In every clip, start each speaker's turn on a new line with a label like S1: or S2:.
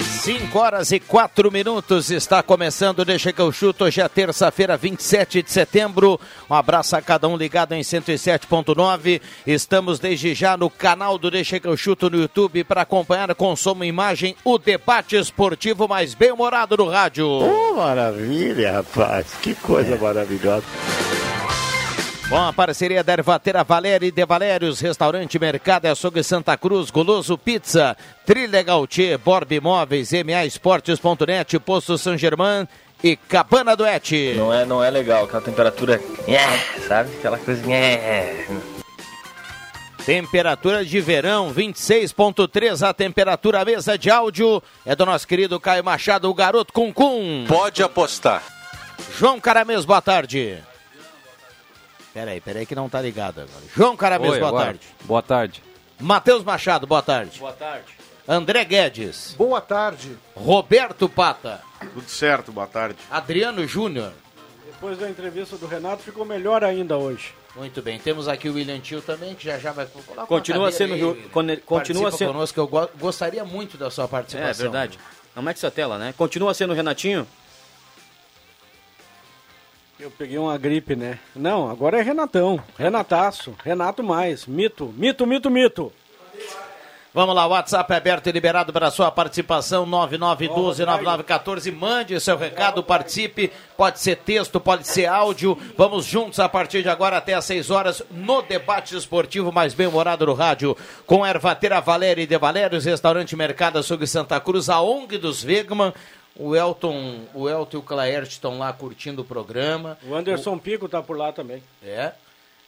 S1: Cinco horas e quatro minutos está começando, deixa que eu chuto, hoje é terça-feira, 27 de setembro. Um abraço a cada um ligado em 107.9. Estamos desde já no canal do Deixa que eu chuto no YouTube para acompanhar consumo imagem o debate esportivo mais bem-humorado no rádio.
S2: Oh, maravilha, rapaz. Que
S3: É.
S2: coisa maravilhosa.
S1: Com a parceria da Ervatera Valéria e De Valérios, Restaurante Mercado e Açougue Santa Cruz, Goloso Pizza, Trilegal T, Borb Imóveis, MA Esportes.net, Posto São Germán e Cabana do Et.
S4: Não é, não é legal, aquela temperatura, é, sabe? Aquela coisa, é.
S1: Temperatura de verão 26.3, a temperatura à mesa de áudio é do nosso querido Caio Machado, o garoto Cuncum.
S5: Pode apostar.
S1: João Caramês, boa tarde. Peraí, peraí que não tá ligado agora. João Caramês,
S6: Oi,
S1: boa
S6: agora.
S1: tarde.
S6: Boa tarde.
S1: Matheus Machado, boa tarde.
S6: Boa tarde.
S1: André Guedes,
S7: Boa tarde.
S1: Roberto Pata,
S3: Tudo certo, boa tarde.
S1: Adriano Júnior.
S7: Depois da entrevista do Renato, ficou melhor ainda hoje.
S1: Muito bem, temos aqui o William Tio também, que já já vai colocar
S6: Continua sendo ju- cone- continua
S1: participa
S6: sendo-
S1: conosco, eu go- gostaria muito da sua
S6: É,
S1: participação.
S6: verdade. Não é que essa tela, né? Continua sendo o Renatinho?
S7: Eu peguei uma gripe, né? Não, agora é Renatão. Renataço. Renato mais. Mito. Mito, mito, mito.
S1: Vamos lá, o WhatsApp é aberto e liberado para a sua participação, 9912-9914. Mande seu recado, participe. Pode ser texto, pode ser áudio. Vamos juntos a partir de agora até às 6 horas no debate esportivo mais bem-humorado do rádio. Com Ervatera Valéria e De Valérios, Restaurante Mercado Açougue Santa Cruz, a ONG dos Vegman. O Elton, o Elton e o Claert estão lá curtindo o programa.
S7: O Anderson Pico tá por lá também.
S1: É.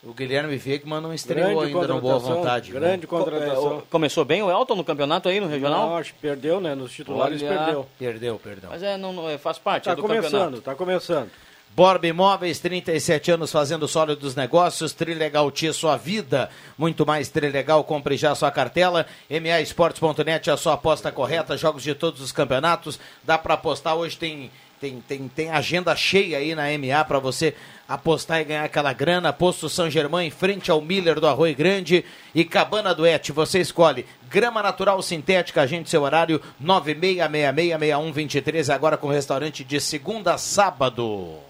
S1: O Guilherme Wegman não estreou
S7: Grande
S1: ainda, não boa
S7: contratação,
S1: vontade. né?
S7: Grande contratação.
S6: Começou bem o Elton no campeonato aí, no regional?
S7: Não, acho que perdeu, né? Nos titulares
S6: Olha.
S7: perdeu.
S1: Perdeu, perdão.
S6: Mas é, não, não, é, faz parte é
S7: Tá
S6: do
S7: começando,
S6: campeonato.
S7: tá começando.
S1: Borba Imóveis, 37 anos fazendo sólidos negócios, Trilegal Tia, sua vida, muito mais Trilegal, compre já sua cartela, maesportes.net, a sua aposta correta, jogos de todos os campeonatos, dá pra apostar, hoje tem, tem, tem, tem agenda cheia aí na MA pra você apostar e ganhar aquela grana, posto São Germão em frente ao Miller do Arroio Grande e Cabana do Et, você escolhe grama natural sintética, agende seu horário 96666123, agora com restaurante de segunda a sábado.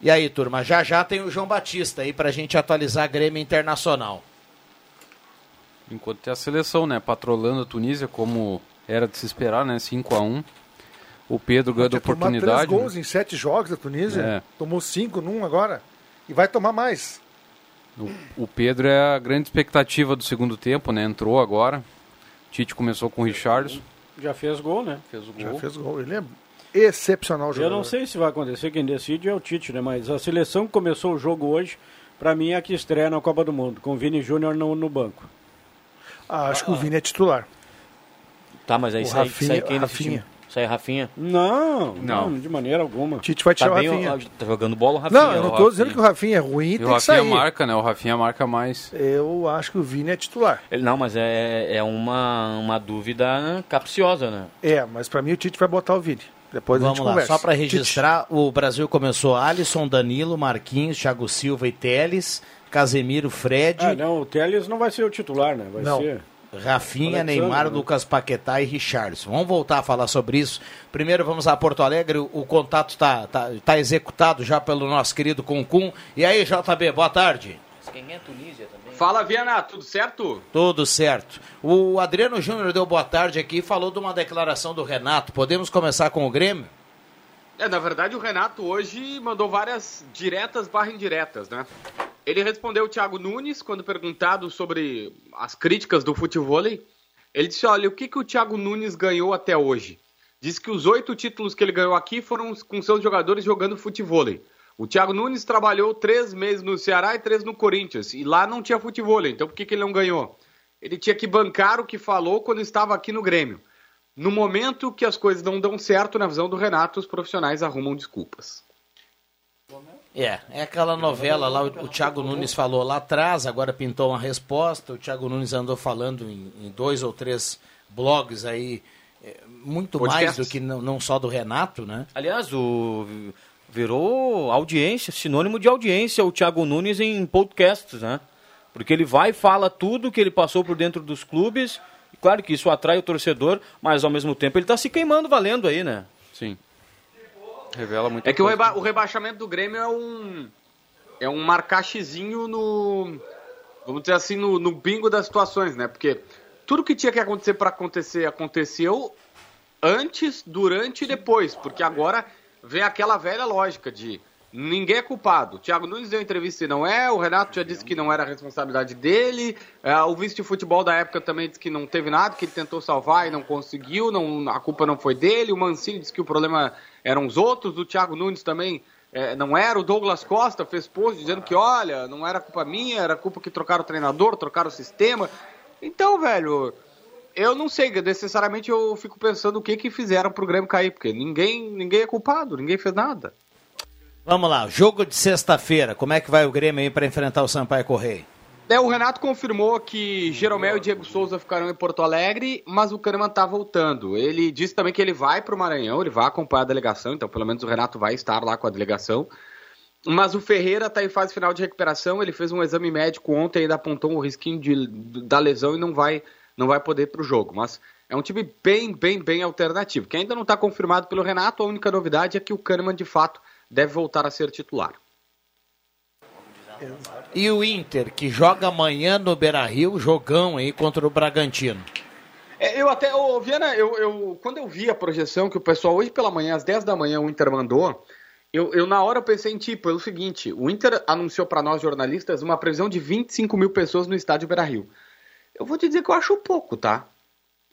S1: E aí, turma, já já tem o João Batista aí pra gente atualizar a Grêmio Internacional.
S6: Enquanto
S5: Tem a seleção, né? Patrolando a Tunísia, como era de se esperar, né? 5x1. O Pedro ganhando
S3: Tinha tomado
S5: oportunidade.
S3: Três gols
S5: né?
S3: em sete jogos da Tunísia.
S5: É.
S3: Tomou cinco num um agora. E vai tomar mais.
S5: O, o Pedro é a grande expectativa do segundo tempo, né? Entrou agora. Tite começou com o Richardson,
S7: Já fez gol, né?
S5: fez o
S3: Já
S5: gol.
S3: fez gol. Ele é excepcional jogador.
S7: Eu não sei se vai acontecer, quem decide é o Tite, né? Mas a seleção que começou o jogo hoje, pra mim é a que estreia na Copa do Mundo, com o Vini Júnior no, no banco.
S3: Ah, acho que o Vini é titular.
S6: Tá, mas aí
S3: O
S6: sai,
S3: Rafinha-
S6: sai quem desse
S3: Rafinha.
S6: time? Sai Rafinha.
S7: Não,
S5: Não.
S7: não, de maneira alguma.
S3: O Tite vai
S6: Tá
S3: tirar
S6: bem,
S3: o Rafinha.
S6: ó, tá jogando bola o Rafinha.
S3: Não, eu não tô
S5: Rafinha.
S3: dizendo que o Rafinha é ruim,
S5: E
S3: tem
S5: o
S3: que
S5: Rafinha
S3: sair.
S5: marca, né? O Rafinha marca mais.
S3: Eu acho que o Vini é titular.
S6: Ele, não, mas é, é uma, uma dúvida capciosa, né?
S3: É, mas pra mim o Tite vai botar o Vini. Depois a
S1: Vamos
S3: gente
S1: lá,
S3: conversa.
S1: só pra
S3: Tite.
S1: registrar, o Brasil começou Alisson, Danilo, Marquinhos, Thiago Silva e Teles, Casemiro, Fred,
S7: Ah, não, o Teles não vai ser o titular, né? Vai
S3: Não.
S7: ser.
S1: Rafinha,
S7: Alexandre,
S1: Neymar,
S7: né?
S1: Lucas Paquetá e Richardson. Vamos voltar a falar sobre isso. Primeiro vamos a Porto Alegre, o, o contato está tá, tá executado já pelo nosso querido Cuncum. E aí, JB, boa tarde.
S6: Quem é Tunísia também?
S4: Fala, Viana, tudo certo?
S1: Tudo certo. O Adriano Júnior deu boa tarde aqui e falou de uma declaração do Renato. Podemos começar com o Grêmio?
S4: É, na verdade, o Renato hoje mandou várias diretas barra indiretas, né? Ele respondeu o Thiago Nunes quando perguntado sobre as críticas do futevôlei. Ele disse, olha, o que, que o Thiago Nunes ganhou até hoje? Diz que os oito títulos que ele ganhou aqui foram com seus jogadores jogando futevôlei. O Thiago Nunes trabalhou três meses no Ceará e três no Corinthians. E lá não tinha futevôlei, então por que, que ele não ganhou? Ele tinha que bancar o que falou quando estava aqui no Grêmio. No momento que as coisas não dão certo, na visão do Renato, os profissionais arrumam desculpas.
S1: É, é aquela novela lá, o, o Thiago Nunes falou lá atrás, agora pintou uma resposta, o Thiago Nunes andou falando em, em dois ou três blogs aí, é, muito mais
S4: Podcasts.
S1: do que não, não só do Renato, né?
S6: Aliás, o virou audiência, sinônimo de audiência o Thiago Nunes em podcasts, né? Porque ele vai e fala tudo que ele passou por dentro dos clubes. E Claro que isso atrai o torcedor, mas ao mesmo tempo ele tá se queimando valendo aí, né?
S5: Sim. Revela muito.
S4: É que o, reba- o rebaixamento do Grêmio é um. É um marcaxizinho no. Vamos dizer assim, no, no bingo das situações, né? Porque tudo que tinha que acontecer para acontecer aconteceu antes, durante e depois. Porque agora vem aquela velha lógica de ninguém é culpado. O Thiago Nunes deu entrevista e não é, o Renato já disse que não era a responsabilidade dele, é, o vice de futebol da época também disse que não teve nada, que ele tentou salvar e não conseguiu, não, a culpa não foi dele, o Mancini disse que o problema eram os outros, o Thiago Nunes também é, não era, o Douglas Costa fez post dizendo que, olha, não era culpa minha, era culpa que trocaram o treinador, trocaram o sistema. Então, velho, eu não sei, necessariamente eu fico pensando o que que fizeram pro Grêmio cair, porque ninguém, ninguém é culpado, ninguém fez nada.
S1: Vamos lá, jogo de sexta-feira, como é que vai o Grêmio aí para enfrentar o Sampaio Correia?
S4: É, o Renato confirmou que Jeromel e Diego Souza ficarão em Porto Alegre, mas o Kahneman tá voltando. Ele disse também que ele vai pro Maranhão, ele vai acompanhar a delegação, então pelo menos o Renato vai estar lá com a delegação. Mas o Ferreira está em fase final de recuperação. Ele fez um exame médico ontem, ainda apontou um risquinho de- da lesão e não vai, não vai poder ir para o jogo. Mas é um time bem, bem, bem alternativo, que ainda não está confirmado pelo Renato. A única novidade é que o Kahneman, de fato, deve voltar a ser titular.
S1: E o Inter, que joga amanhã no Beira-Rio, jogão aí contra o Bragantino.
S4: É, eu até, ô, Viana, eu, eu- quando eu vi a projeção que o pessoal hoje pela manhã, às 10 da manhã, o Inter mandou, eu, eu na hora eu pensei em tipo, é o seguinte, o Inter anunciou para nós jornalistas uma previsão de 25 mil pessoas no estádio Beira-Rio. Eu vou te dizer que eu acho pouco, tá?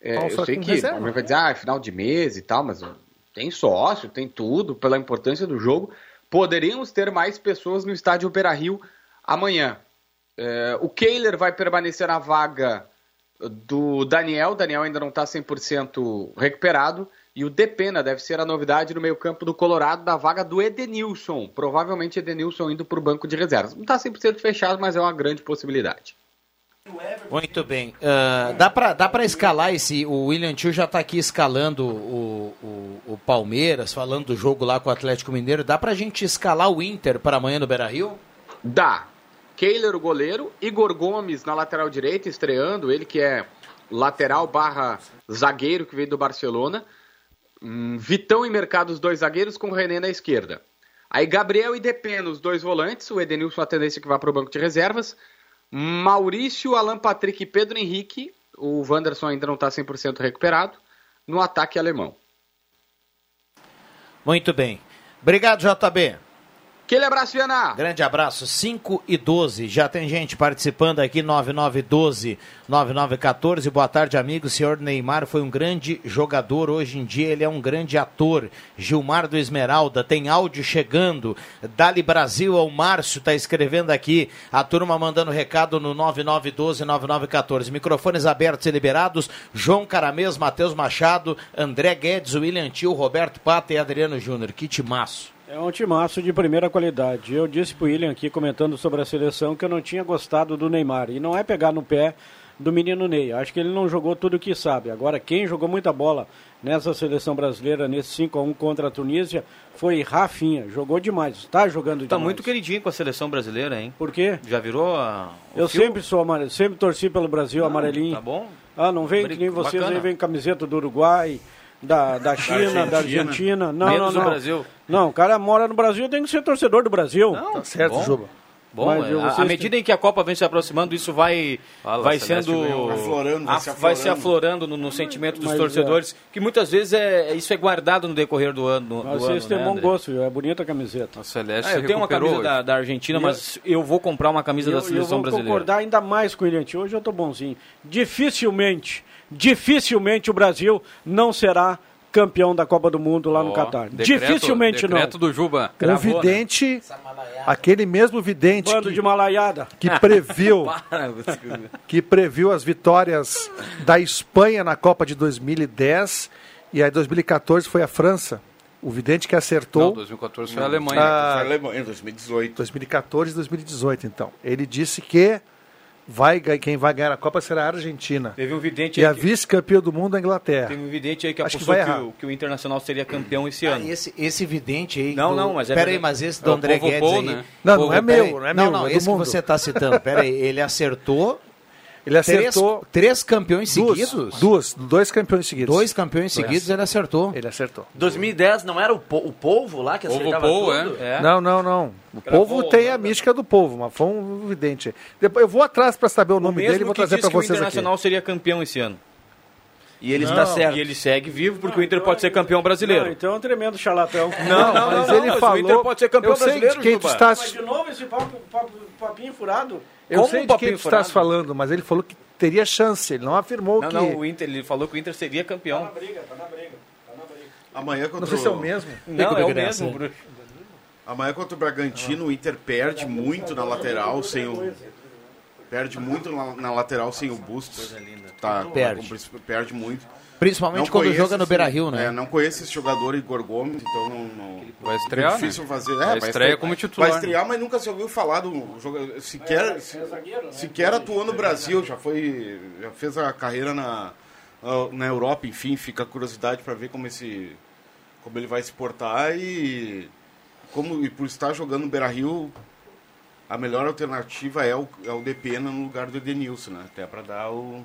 S4: É,
S3: Então,
S4: eu
S3: só
S4: sei
S3: com
S4: que
S3: reserva.
S4: alguém vai dizer, ah, é final de mês e tal, mas ó, tem sócio, tem tudo, pela importância do jogo. Poderíamos ter mais pessoas no estádio Beira-Rio amanhã. É, o Kehler vai permanecer na vaga do Daniel. Daniel ainda não tá está 100% recuperado. E o Depena deve ser a novidade no meio-campo do Colorado da vaga do Edenilson. Provavelmente Edenilson indo para o banco de reservas. Não tá está 100% fechado, mas é uma grande possibilidade.
S1: Muito bem. Ah, dá para dá pra escalar esse. O William Tio já está aqui escalando o, o, o Palmeiras, falando do jogo lá com o Atlético Mineiro. Dá para a gente escalar o Inter para amanhã no Beira Rio?
S4: Dá. Kehler, o goleiro. Igor Gomes na lateral direita, estreando. Ele que é lateral barra zagueiro que veio do Barcelona. Hum, Vitão e Mercado, os dois zagueiros, com o René na esquerda. Aí Gabriel e Depena, os dois volantes. O Edenilson, a tendência é que vá para o banco de reservas. Maurício, Alan Patrick e Pedro Henrique. O Wanderson ainda não tá está 100% recuperado. No ataque alemão.
S1: Muito bem. Obrigado, JB.
S4: Aquele abraço, Viana!
S1: Grande abraço, 5 e 12. Já tem gente participando aqui, 9912, 9914. Boa tarde, amigos. Senhor Neymar foi um grande jogador. Hoje em dia ele é um grande ator. Gilmar do Esmeralda, tem áudio chegando. Dali Brasil ao Márcio, tá escrevendo aqui. A turma mandando recado no 9912, 9914. Microfones abertos e liberados. João Caramês, Matheus Machado, André Guedes, William Tio, Roberto Pata e Adriano Júnior. Que timaço.
S7: É um timaço de primeira qualidade. Eu disse pro William aqui, comentando sobre a seleção, que eu não tinha gostado do Neymar. E não é pegar no pé do menino Ney. Acho que ele não jogou tudo o que sabe. Agora, quem jogou muita bola nessa seleção brasileira, nesse 5x1 contra a Tunísia, foi Rafinha. Jogou demais. Está jogando demais.
S6: Tá muito queridinho com a seleção brasileira, hein?
S7: Por quê?
S6: Já virou a... o
S7: Eu
S6: fio?
S7: sempre sou amarelo, sempre torci pelo Brasil amarelinho.
S6: Tá bom?
S7: Ah, não vem que
S6: Bri-
S7: nem vocês
S6: bacana.
S7: aí, vem camiseta do Uruguai, da, da China, da Argentina. Não,
S6: Menos
S7: não,
S6: do
S7: não.
S6: Brasil.
S7: Não, o cara mora no Brasil, tem que ser torcedor do Brasil.
S6: Não,
S3: Tá certo,
S6: bom.
S3: Juba.
S6: Bom,
S7: Mas,
S6: é,
S7: viu,
S6: a- à
S7: vocês
S6: medida em que a Copa vem se aproximando, isso vai,
S5: Fala,
S6: vai
S5: Celeste
S6: sendo.
S5: ganhou.
S8: Aflorando, vai
S6: af-
S8: se
S6: vai se
S8: aflorando.
S6: aflorando no, no sentimento dos
S7: mas,
S6: torcedores, que muitas vezes é, isso é guardado no decorrer do ano. do
S7: Vocês
S6: ano,
S7: têm
S6: né,
S7: bom
S6: André?
S7: gosto, viu? É bonita a camiseta.
S5: A Celeste
S6: Ah, eu
S5: se
S6: tenho uma
S5: recuperou
S6: camisa da,
S5: hoje.
S6: da Argentina, mas eu vou comprar uma camisa da
S7: eu, eu
S6: seleção
S7: vou
S6: brasileira.
S7: concordar ainda mais com o Ilhante. Hoje eu tô bonzinho. Dificilmente, dificilmente o Brasil não será campeão da Copa do Mundo lá no
S5: Ó,
S7: Catar.
S5: decreto-
S7: Dificilmente não.
S5: decreto do Juba.
S3: O é um
S1: né?
S3: vidente, aquele mesmo vidente
S7: Bando de
S3: que,
S7: malaiada.
S3: que previu que previu as vitórias da Espanha na Copa de 2010 e aí 2014 foi a França. O vidente que
S5: Não,
S3: acertou
S5: 2014
S7: Hum.
S5: foi a Alemanha.
S7: Ah.
S8: Foi Alemanha, em 2018.
S3: 2014 e 2018, então. Ele disse que vai, ga- quem vai ganhar a Copa será a Argentina.
S6: Teve um vidente
S3: E a
S6: aí. Que,
S3: vice-campeã do mundo é a Inglaterra.
S6: teve um vidente aí que
S3: Acho que
S6: apostou
S3: vai
S6: que,
S3: errar.
S6: o, que o Internacional seria campeão esse
S1: Ah,
S6: ano.
S1: esse, esse vidente aí.
S6: Não,
S1: do-
S6: não, mas é
S1: Pera aí,
S6: verdade.
S1: mas esse
S5: É
S1: do
S5: o
S1: André
S5: povo
S1: Guedes
S5: bom,
S1: aí.
S5: né?
S3: Não, não é
S1: pera
S3: meu,
S1: aí.
S3: não é
S1: Não,
S3: meu,
S1: não,
S3: é do
S1: esse que
S3: mundo.
S1: você está citando. Pera aí, ele acertou
S3: Ele
S1: três,
S3: acertou
S1: três campeões
S3: duas,
S1: seguidos?
S3: duas, dois campeões seguidos.
S1: Dois campeões seguidos ele acertou.
S3: Ele acertou.
S8: 2010 não era o, po o povo lá que
S5: Povo,
S8: acertava
S5: povo,
S8: tudo?
S6: É.
S3: Não, não, não. O povo tem
S6: né?
S3: a mística do povo, mas foi um vidente. Depois eu vou atrás para saber o nome dele e
S6: Mesmo
S3: vou
S6: que
S3: trazer
S6: disse
S3: para
S6: que o
S3: vocês aqui.
S6: Internacional seria campeão esse ano.
S8: E ele está certo.
S6: E ele segue vivo
S7: Ah,
S6: porque o Inter pode ser
S7: então é
S6: campeão
S7: Não,
S6: brasileiro.
S7: então é um tremendo charlatão.
S3: Não, mas ele
S6: mas o
S3: falou.
S6: Inter pode ser campeão
S3: eu sei de
S6: brasileiro,
S3: quem tu
S6: Juba.
S3: estás,
S7: de novo esse papinho furado?
S3: eu
S6: Como
S3: sei
S6: um
S3: de quem
S6: papinho
S3: tu estás
S6: furado?
S3: falando, mas ele falou que teria chance. Ele não afirmou
S6: Não,
S3: que.
S6: não, o Inter, ele falou que o Inter seria campeão.
S8: Amanhã contra,
S3: Não sei se é o mesmo.
S6: Não, é o mesmo. Bruno.
S8: Amanhã contra o Bragantino, o Inter perde muito na lateral sem o. Perde muito na, na lateral sem o Bustos. Tá,
S1: Perde.
S8: tá com- perde muito.
S1: Principalmente quando
S8: conheço
S1: joga no
S8: esse-
S1: Beira Rio, né?
S8: É, não conheço esse jogador Igor Gomes, então não. não-
S5: Vai estrear,
S8: é difícil
S5: né?
S8: fazer. É,
S5: Vai estreia como titular.
S8: Vai estrear, mas nunca se ouviu falar do jogador. Sequer, se- sequer atuou no Brasil, já foi. Já fez a carreira na, na Europa, enfim, fica a curiosidade para ver como esse. como ele vai se portar e. Como, e por estar jogando no Beira Rio, a melhor alternativa é o, é o DPena no lugar do Edenilson, né? Até para dar o.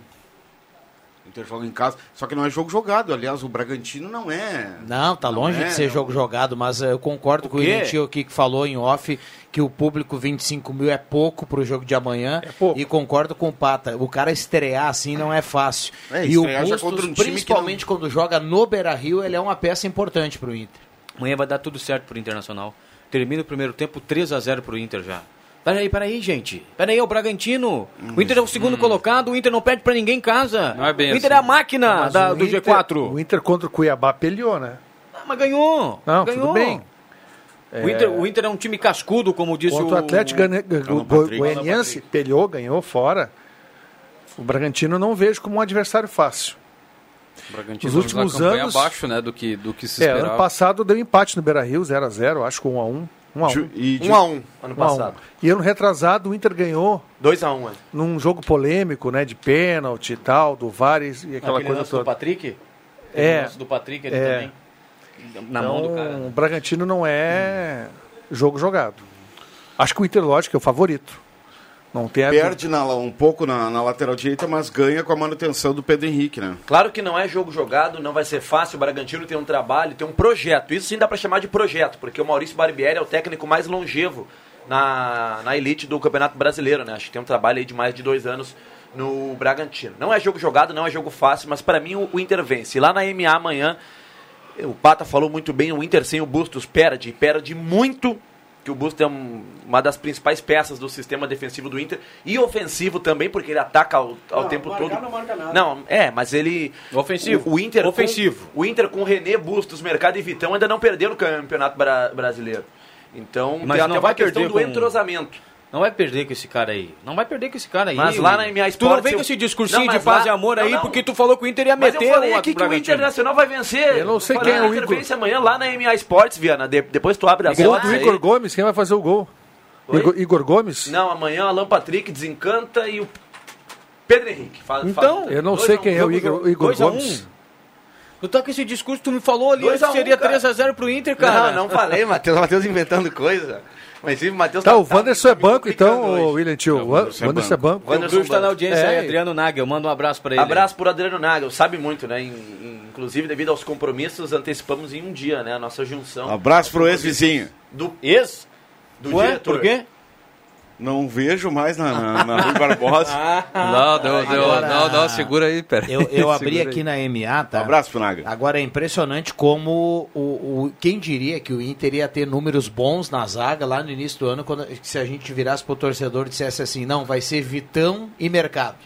S8: O Inter joga em casa. Só que não é jogo jogado. Aliás, o Bragantino não é.
S1: Não, tá longe
S8: é,
S1: de ser
S8: não.
S1: jogo jogado, mas eh, eu concordo com o
S6: quê?
S1: Inutio aqui que falou em off que o público 25 mil é pouco pro jogo de amanhã.
S3: pouco.
S1: E concordo com o Pata. O cara estrear assim não é fácil.
S8: É,
S1: e o
S8: estrear já contra
S1: Bustos,
S8: um time que não-
S1: principalmente quando joga no Beira Rio, ele é uma peça importante pro Inter.
S6: Amanhã vai dar tudo certo pro Internacional. Termina o primeiro tempo 3 a 0 pro Inter já. Peraí, peraí, gente. Peraí, é o Bragantino. O Inter é o segundo colocado, o Inter não perde pra ninguém em casa.
S5: Não é bem
S6: o Inter
S5: assim.
S6: é a máquina
S3: Mas
S6: da-
S3: o
S6: do
S3: Inter-
S6: G4.
S3: O Inter contra o Cuiabá peleou, né?
S6: Ah, mas ganhou.
S3: Não,
S6: ganhou.
S3: tudo bem.
S6: O, Inter, o Inter é um time cascudo, como disse
S3: Contra o Atlético Gane- Go-
S8: Alan Patrick.
S3: Goianiense, peleou, ganhou fora. O Bragantino não vejo como um adversário fácil.
S5: O
S3: Nos
S5: Bragantino fez
S3: últimos
S5: uma campanha
S3: anos-
S5: abaixo, né, do que, do que se
S3: É, ano
S5: esperava.
S3: passado deu empate no Beira Rio, 0x0, acho que 1x1. 1x1.
S8: Ju- e Ju- 1 a
S6: Hum,
S8: 1 ano
S3: E ano retrasado, o Inter ganhou
S8: 2
S6: um,
S8: a 1 é.
S3: num jogo polêmico, né? De pênalti e tal, do Vares e aquela
S6: aquela
S3: coisa
S6: lance do
S3: toda.
S6: Patrick.
S3: É.
S6: O lance do Patrick ali
S3: É.
S6: também. Na mão do cara.
S3: Então, o Bragantino não é jogo jogado. Acho que o Inter, lógico, é o favorito. Não tem a
S8: Perde na, um pouco na, na lateral direita, mas ganha com a manutenção do Pedro Henrique, né?
S9: Claro que não é jogo jogado, não vai ser fácil. O Bragantino tem um trabalho, tem um projeto. Isso sim dá pra chamar de projeto, porque o Maurício Barbieri é o técnico mais longevo na, na elite do Campeonato Brasileiro, né? Acho que tem um trabalho aí de mais de dois anos no Bragantino. Não é jogo jogado, não é jogo fácil, mas pra mim o, o Inter vence. Lá na MA amanhã, o Pata falou muito bem, o Inter sem o Bustos perde, e perde muito, que o Bustos é um- uma das principais peças do sistema defensivo do Inter, e ofensivo também, porque ele ataca ao, ao
S7: Não,
S9: tempo
S7: marcar
S9: todo.
S7: não marca nada.
S9: Não, é, mas ele...
S6: Ofensivo.
S9: O, o Inter
S6: Ofensivo.
S9: Com, o Inter com René, Bustos, Mercado e Vitão ainda não perderam o Campeonato Bra- Brasileiro. Então,
S6: Mas
S9: tem
S6: não
S9: até
S6: vai
S9: uma questão
S6: perder
S9: do
S6: com-
S9: entrosamento.
S6: Não vai perder com esse cara aí. Não vai perder com esse cara aí.
S9: Mas lá na MA
S6: Tu não
S9: Sports
S6: vem
S9: eu-
S6: com esse discursinho
S9: Não,
S6: de
S9: mas
S6: paz
S9: lá-
S6: e amor aí,
S9: Não, não.
S6: porque tu falou que o Inter ia
S9: Mas
S6: meter
S9: eu falei
S6: o
S9: aqui que o
S6: Bragantino.
S9: Internacional vai vencer.
S3: Eu não sei
S9: falei,
S3: quem é
S9: o
S3: o
S9: Inter
S3: Igor.
S9: vence amanhã lá na MA Sports, Viana. De- depois tu abre a
S3: Gol
S9: porta.
S3: do Igor Gomes, quem vai fazer o gol?
S9: Oi?
S3: Igor, Igor Gomes?
S9: Não, amanhã Alan Patrick desencanta e o Pedro Henrique. Fala,
S6: Então,
S3: Eu não
S9: Dois
S3: sei
S9: a um,
S3: quem é o
S9: jogo,
S3: Igor,
S9: jogo.
S3: Igor
S6: Dois a um.
S3: Gomes.
S6: Tu tá com esse discurso, tu me falou ali,
S9: Dois
S6: que
S9: a um,
S6: seria
S9: cara.
S6: 3x0 pro Inter, cara.
S8: Não, não falei, Matheus. Matheus inventando coisa. Mas sim, Matheus
S3: Tá, o Wanderson é banco, então,
S8: complicando
S3: o
S8: hoje.
S3: William Tio.
S8: É, o
S3: O Wanderson, é
S7: um
S3: banco.
S6: O Bruno tá na audiência
S3: É,
S6: aí,
S3: e-
S6: Adriano Nagel. Manda um abraço pra ele.
S9: Abraço por Adriano Nagel, sabe muito, né? Em- em- inclusive, devido aos compromissos, antecipamos em um dia, né? A nossa junção
S8: Um Abraço pro ex-vizinho.
S9: do,
S6: Ex?
S9: do
S6: Ué,
S9: diretor.
S6: por quê?
S8: Não vejo mais na, na, na Rui Barbosa.
S6: Ah.
S5: Não, deu, deu,
S1: Agora-
S5: não, não, segura aí, pera.
S1: Eu, eu abri aqui na MA,
S9: Um
S1: tá?
S8: Abraço pro Naga.
S6: Ah.
S1: Agora é impressionante como o, o- quem diria que o Inter ia ter números bons na zaga lá no início do ano, quando, se a gente virasse pro torcedor e dissesse assim, não, vai ser Vitão e Mercado.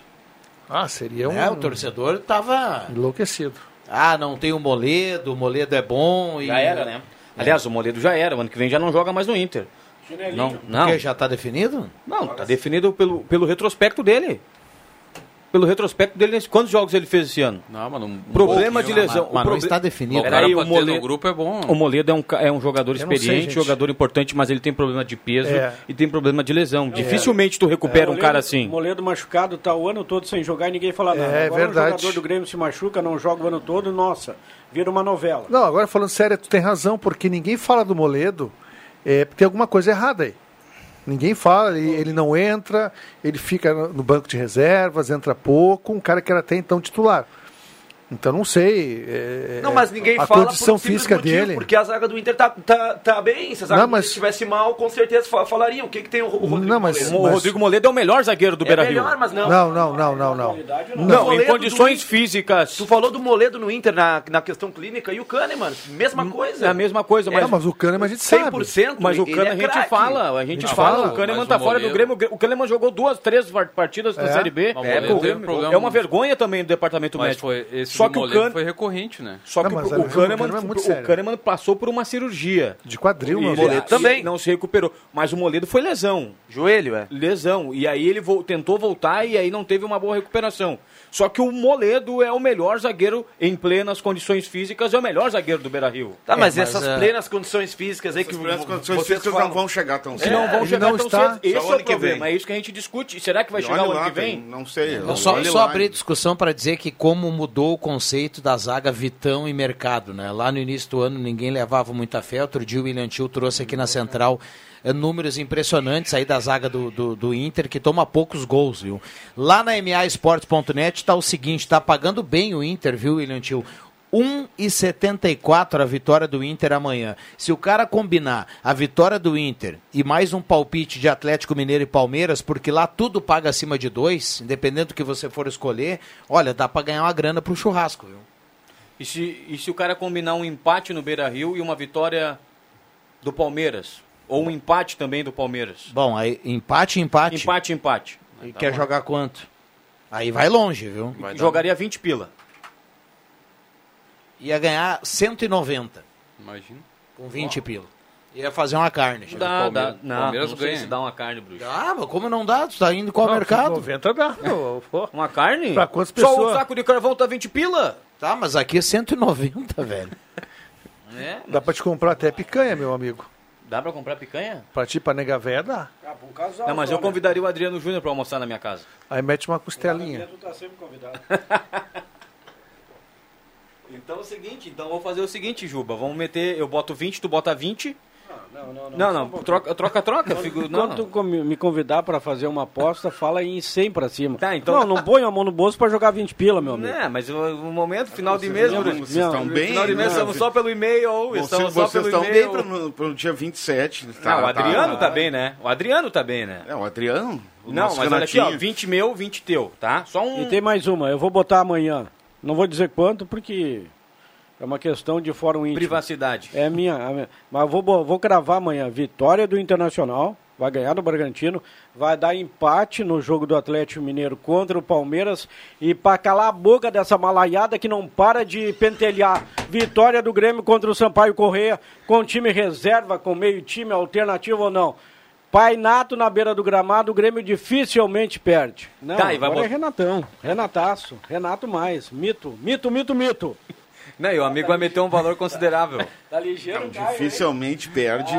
S3: Ah, seria um
S9: Então,
S1: né? O É, torcedor tava
S3: enlouquecido.
S1: Ah, não tem o Moledo, o Moledo é bom. E...
S6: Já era, né?
S9: É.
S6: Aliás, o Moledo já era. O ano que vem já não joga mais no Inter. Não, não.
S1: Porque já tá definido?
S6: Não, tá definido pelo, pelo retrospecto dele. Pelo retrospecto dele, nesse- quantos jogos ele fez esse ano?
S5: Não, mas não.
S6: Problema de
S5: pouquinho, né?
S6: lesão.
S5: mas- mas
S6: O
S5: não
S6: proble-
S5: está definido.
S6: Peraí,
S5: O cara pra
S6: o
S5: ter no
S6: Moledo,
S5: grupo é bom.
S6: O Moledo é um, ca- é um jogador
S5: Eu não sei,
S6: experiente,
S5: gente.
S6: jogador importante, mas ele tem problema de peso
S7: É.
S6: e tem problema de lesão. Dificilmente tu recupera
S7: É,
S6: um
S7: Moledo-
S6: cara assim.
S7: Moledo machucado tá o ano todo sem jogar e ninguém fala nada.
S3: É,
S7: Agora
S3: verdade.
S7: um jogador do Grêmio se machuca, não joga o ano todo, nossa, vira uma novela.
S3: Não, agora falando sério, tu tem razão, porque ninguém fala do Moledo, é, porque tem alguma coisa errada aí. Ninguém fala, ele, ele não entra, ele fica no no banco de reservas, entra pouco, um cara que era até então titular. Então não sei. é,
S9: Não, mas ninguém
S3: a
S9: fala
S3: condição
S9: por um simples
S3: física
S9: motivo,
S3: dele.
S9: Porque a zaga do Inter tá, tá, tá bem. Se a zaga
S3: Não,
S9: do
S3: mas-
S9: Inter estivesse mal, com certeza fa- falariam. O que, que tem o Ro- o Rodrigo
S3: Não, mas-
S9: Moledo?
S3: mas-
S6: Moledo é o melhor zagueiro do
S9: É Beira-Rio. melhor, mas não.
S3: Não, não, não, não, não.
S9: Não,
S6: Não, em
S9: Moledo
S6: condições físicas.
S9: Tu falou do Moledo no Inter na, na questão clínica e o Kahneman,
S1: Hum,
S9: mesma coisa.
S6: É a mesma coisa, mas.
S3: Não, mas o Kahneman a gente sabe.
S9: 100%,
S6: Mas o
S9: ele é
S6: Kahneman a gente
S9: craque.
S6: fala, a gente, fala, o Kahneman
S5: mas
S6: tá
S5: o
S6: fora do
S5: Moledo-
S6: Grêmio. O Kahneman jogou duas, três var- partidas na
S5: É.
S6: Série B.
S5: Mas o Moledo
S6: o-
S5: teve problema
S6: é uma
S5: muito-
S6: vergonha também do departamento
S5: Mas
S6: médico.
S5: foi, esse
S6: Só
S5: do
S6: que o
S5: Moledo
S6: Kahn-
S5: foi recorrente, né?
S6: Só
S5: Não,
S6: que
S5: mas
S6: o,
S5: é-
S6: Kahneman,
S5: o Kahneman é muito
S6: o
S5: sério.
S6: Kahneman passou por uma cirurgia.
S3: De quadril,
S6: E
S3: meu
S6: ele-
S9: é.
S3: velho.
S6: e ele Não se recuperou. Mas o Moledo foi lesão.
S9: Joelho, é?
S6: Lesão. E aí ele vo- tentou voltar e aí não teve uma boa recuperação. Só que o Moledo é o melhor zagueiro em plenas condições físicas, é o melhor zagueiro do Beira Rio.
S9: Tá, mas, essas
S6: é.
S9: plenas condições físicas aí que
S8: As
S9: vo-
S8: condições
S9: vocês
S8: físicas
S9: falam-
S8: não vão chegar tão
S6: Que não vão
S8: Ele
S6: chegar
S8: não
S6: tão
S8: está-
S6: cedo. Esse é
S8: Só ano
S6: o
S8: que
S6: problema.
S8: vem.
S6: É isso que a gente discute. Será que vai
S8: E
S6: chegar
S8: olha
S6: o ano
S8: lá,
S6: que vem?
S8: tem- não sei.
S1: Eu só,
S8: Olha
S1: só
S8: lá,
S1: abrir
S8: hein.
S1: discussão para dizer que como mudou o conceito da zaga Vitão e Mercado, né? Lá no início do ano ninguém levava muita fé, outro dia o William Tio trouxe aqui na Central eh, números impressionantes aí da zaga do, do, do Inter, que toma poucos gols, viu? Lá na maesportes.net tá o seguinte, tá pagando bem o Inter, viu, William Tio? 1,74 a vitória do Inter amanhã. Se o cara combinar a vitória do Inter e mais um palpite de Atlético Mineiro e Palmeiras, porque lá tudo paga acima de dois, independente do que você for escolher, olha, dá pra ganhar uma grana pro churrasco, viu?
S6: E se, e se o cara combinar um empate no Beira Rio e uma vitória do Palmeiras? Ou um empate também do Palmeiras?
S1: Bom, aí empate, empate.
S6: Empate, Tá empate.
S1: E quer jogar quanto? Aí vai longe, viu?
S6: Jogaria 20 pila.
S1: Ia ganhar 190
S5: Imagina.
S1: com 20 pila. Ia fazer uma carne. chega.
S6: Dá, dá.
S5: Palmeiras-
S6: Não,
S5: Palmeiras
S6: não sei
S5: ganha.
S6: se dá uma carne, Bruxo.
S1: Ah, mas como não dá? Tu tá indo qual mercado?
S3: 90 dá. ô, pô.
S6: Uma carne?
S3: Pra quantas
S6: Só
S3: pessoas?
S6: um saco de carvão tá 20 pila?
S1: Tá, mas aqui é 190, velho.
S6: É,
S3: Dá pra te comprar até picanha, meu amigo.
S6: dá pra comprar picanha? né?
S3: Pra ti, pra nega véia, dá.
S6: Não, mas eu convidaria o Adriano Júnior pra almoçar na minha casa.
S3: Aí mete uma costelinha.
S7: Tu tá sempre convidado.
S6: Então é o seguinte, então eu vou fazer o seguinte, Juba. Vamos meter, eu boto 20, tu bota 20.
S7: Não, não, não.
S6: Não, não, troca, troca, troca. fico- não,
S7: Quando
S6: não.
S7: tu com- me convidar pra fazer uma aposta, fala em 100 pra cima.
S6: Tá, então-
S7: Não, não põe a mão no bolso pra jogar 20 pila, meu amigo.
S6: É, mas o, o momento, final de mês,
S8: não,
S6: Bruno.
S8: vocês estão
S6: No
S8: um bem,
S6: Final de mês,
S8: né?
S6: estamos só pelo e-mail.
S8: Vocês,
S6: estamos só
S8: vocês
S6: pelo
S8: estão bem
S6: e-mail.
S8: para o dia 27.
S6: Não, o Adriano tá, bem, né? O Adriano tá bem, né?
S8: É, o Adriano? o
S6: Não,
S8: nosso
S6: mas olha aqui, ó,
S8: Renatinho.
S6: 20 meu, 20 teu, tá? Só um...
S7: E tem mais uma, eu vou botar amanhã. Não vou dizer quanto, porque é uma questão de fórum íntimo.
S6: Privacidade.
S7: É minha, a minha- mas eu vou, bo- vou cravar amanhã. Vitória do Internacional, vai ganhar do Bragantino, vai dar empate no jogo do Atlético Mineiro contra o Palmeiras e para calar a boca dessa malaiada que não para de pentelhar. Vitória do Grêmio contra o Sampaio Correia, com time reserva, com meio time alternativo ou não. Painato na beira do gramado, o Grêmio dificilmente perde. Não,
S6: Tá, e vai
S7: agora é
S6: bot-
S7: Renatão, Renataço, Renato mais, mito, mito, mito, mito.
S6: Não, e o amigo vai meter um valor considerável.
S7: Tá ligeiro,
S8: Dificilmente perde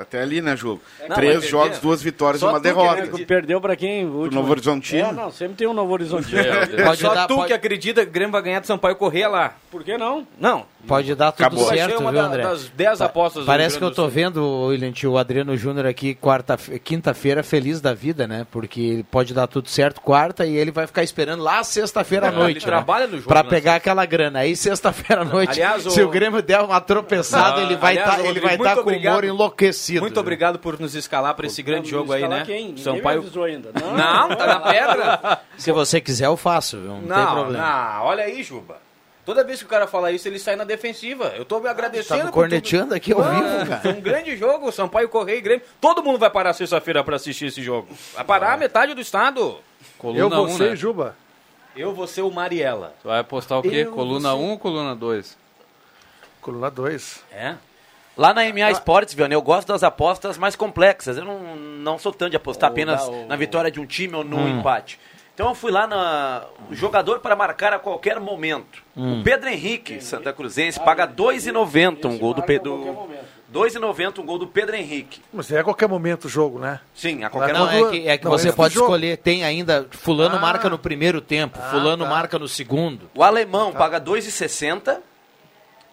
S8: até ali, né, jogo?
S6: Não, vai
S8: Três
S6: perder.
S8: jogos, duas vitórias e
S6: Só
S8: uma
S6: tu que é
S8: derrota.
S6: acredita.
S7: Perdeu pra quem? O último?
S8: Novo Horizontino?
S7: É, não, sempre tem um Novo Horizontino.
S1: Pode
S6: É Só
S1: dar,
S6: tu
S1: pode-
S6: que acredita que o Grêmio vai ganhar de Sampaio Correia lá.
S7: Por que não?
S6: Não,
S1: Pode dar tudo
S8: Acabou.
S6: Achei
S1: Tá certo,
S6: uma
S1: viu,
S6: da-
S1: André?
S6: das 10
S1: Pa-
S6: apostas do
S1: Parece
S6: Rio
S1: que eu
S6: Grande
S1: tô
S6: do Sul.
S1: vendo, William, Tio, o Adriano Júnior aqui quarta, quinta-feira, feliz da vida, né? Porque ele pode dar tudo certo quarta e ele vai ficar esperando lá sexta-feira à
S6: Não,
S1: noite.
S6: ele trabalha no jogo,
S1: Pra
S6: né?
S1: pegar aquela grana. Aí sexta-feira à noite,
S6: Aliás, o-
S1: se o Grêmio der uma tropeçada,
S6: Ah,
S1: ele vai
S6: aliás,
S1: tá-
S6: ô,
S1: ele
S6: Rodrigo,
S1: vai
S6: muito
S1: estar com o humor
S6: obrigado.
S1: enlouquecido. né?
S6: Muito obrigado por nos escalar pra esse grande jogo aí, né?
S7: tá Quem? Ninguém me
S6: Sampaio.
S7: avisou ainda. Não,
S6: Não, tá na pedra.
S1: Se você quiser, eu faço, viu? Não, tem
S6: Não,
S1: problema.
S6: não, olha aí, Juba. Toda vez que o cara fala isso, ele sai na defensiva. Eu tô me agradecendo.
S1: Tá me
S6: por tudo.
S1: corneteando aqui ao
S6: Ah,
S1: vivo, cara.
S6: Foi um grande jogo, Sampaio Correia e Grêmio. Todo mundo vai parar sexta-feira pra assistir esse jogo. Vai parar a metade do estado.
S5: Coluna
S3: Eu,
S5: um,
S3: você
S5: né?
S3: e Juba.
S6: Eu vou ser o Mariela.
S5: Tu vai postar o quê?
S6: Eu
S5: coluna
S6: vou
S5: 1 ou coluna 2?
S3: Coluna 2.
S6: É?
S9: Lá na MA Sports, Vianney, eu gosto das apostas mais complexas. Eu não, não sou tanto de apostar apenas
S6: dá, ô.
S9: na vitória de um time ou no
S6: Hum.
S9: empate. Então eu fui lá na o jogador para marcar a qualquer momento.
S6: Hum.
S9: O Pedro Henrique, Santa
S6: Ah,
S9: Cruzense, paga 2,90 um gol do Pedro. 2,90 um gol do Pedro Henrique.
S3: Mas é a qualquer momento o jogo, né?
S9: Sim, a
S1: Não, é que, é que você pode escolher. Tem ainda. Fulano
S6: Ah.
S1: marca no primeiro tempo, Fulano
S6: tá.
S1: marca no segundo.
S9: O alemão
S8: Tá.
S9: paga 2,60.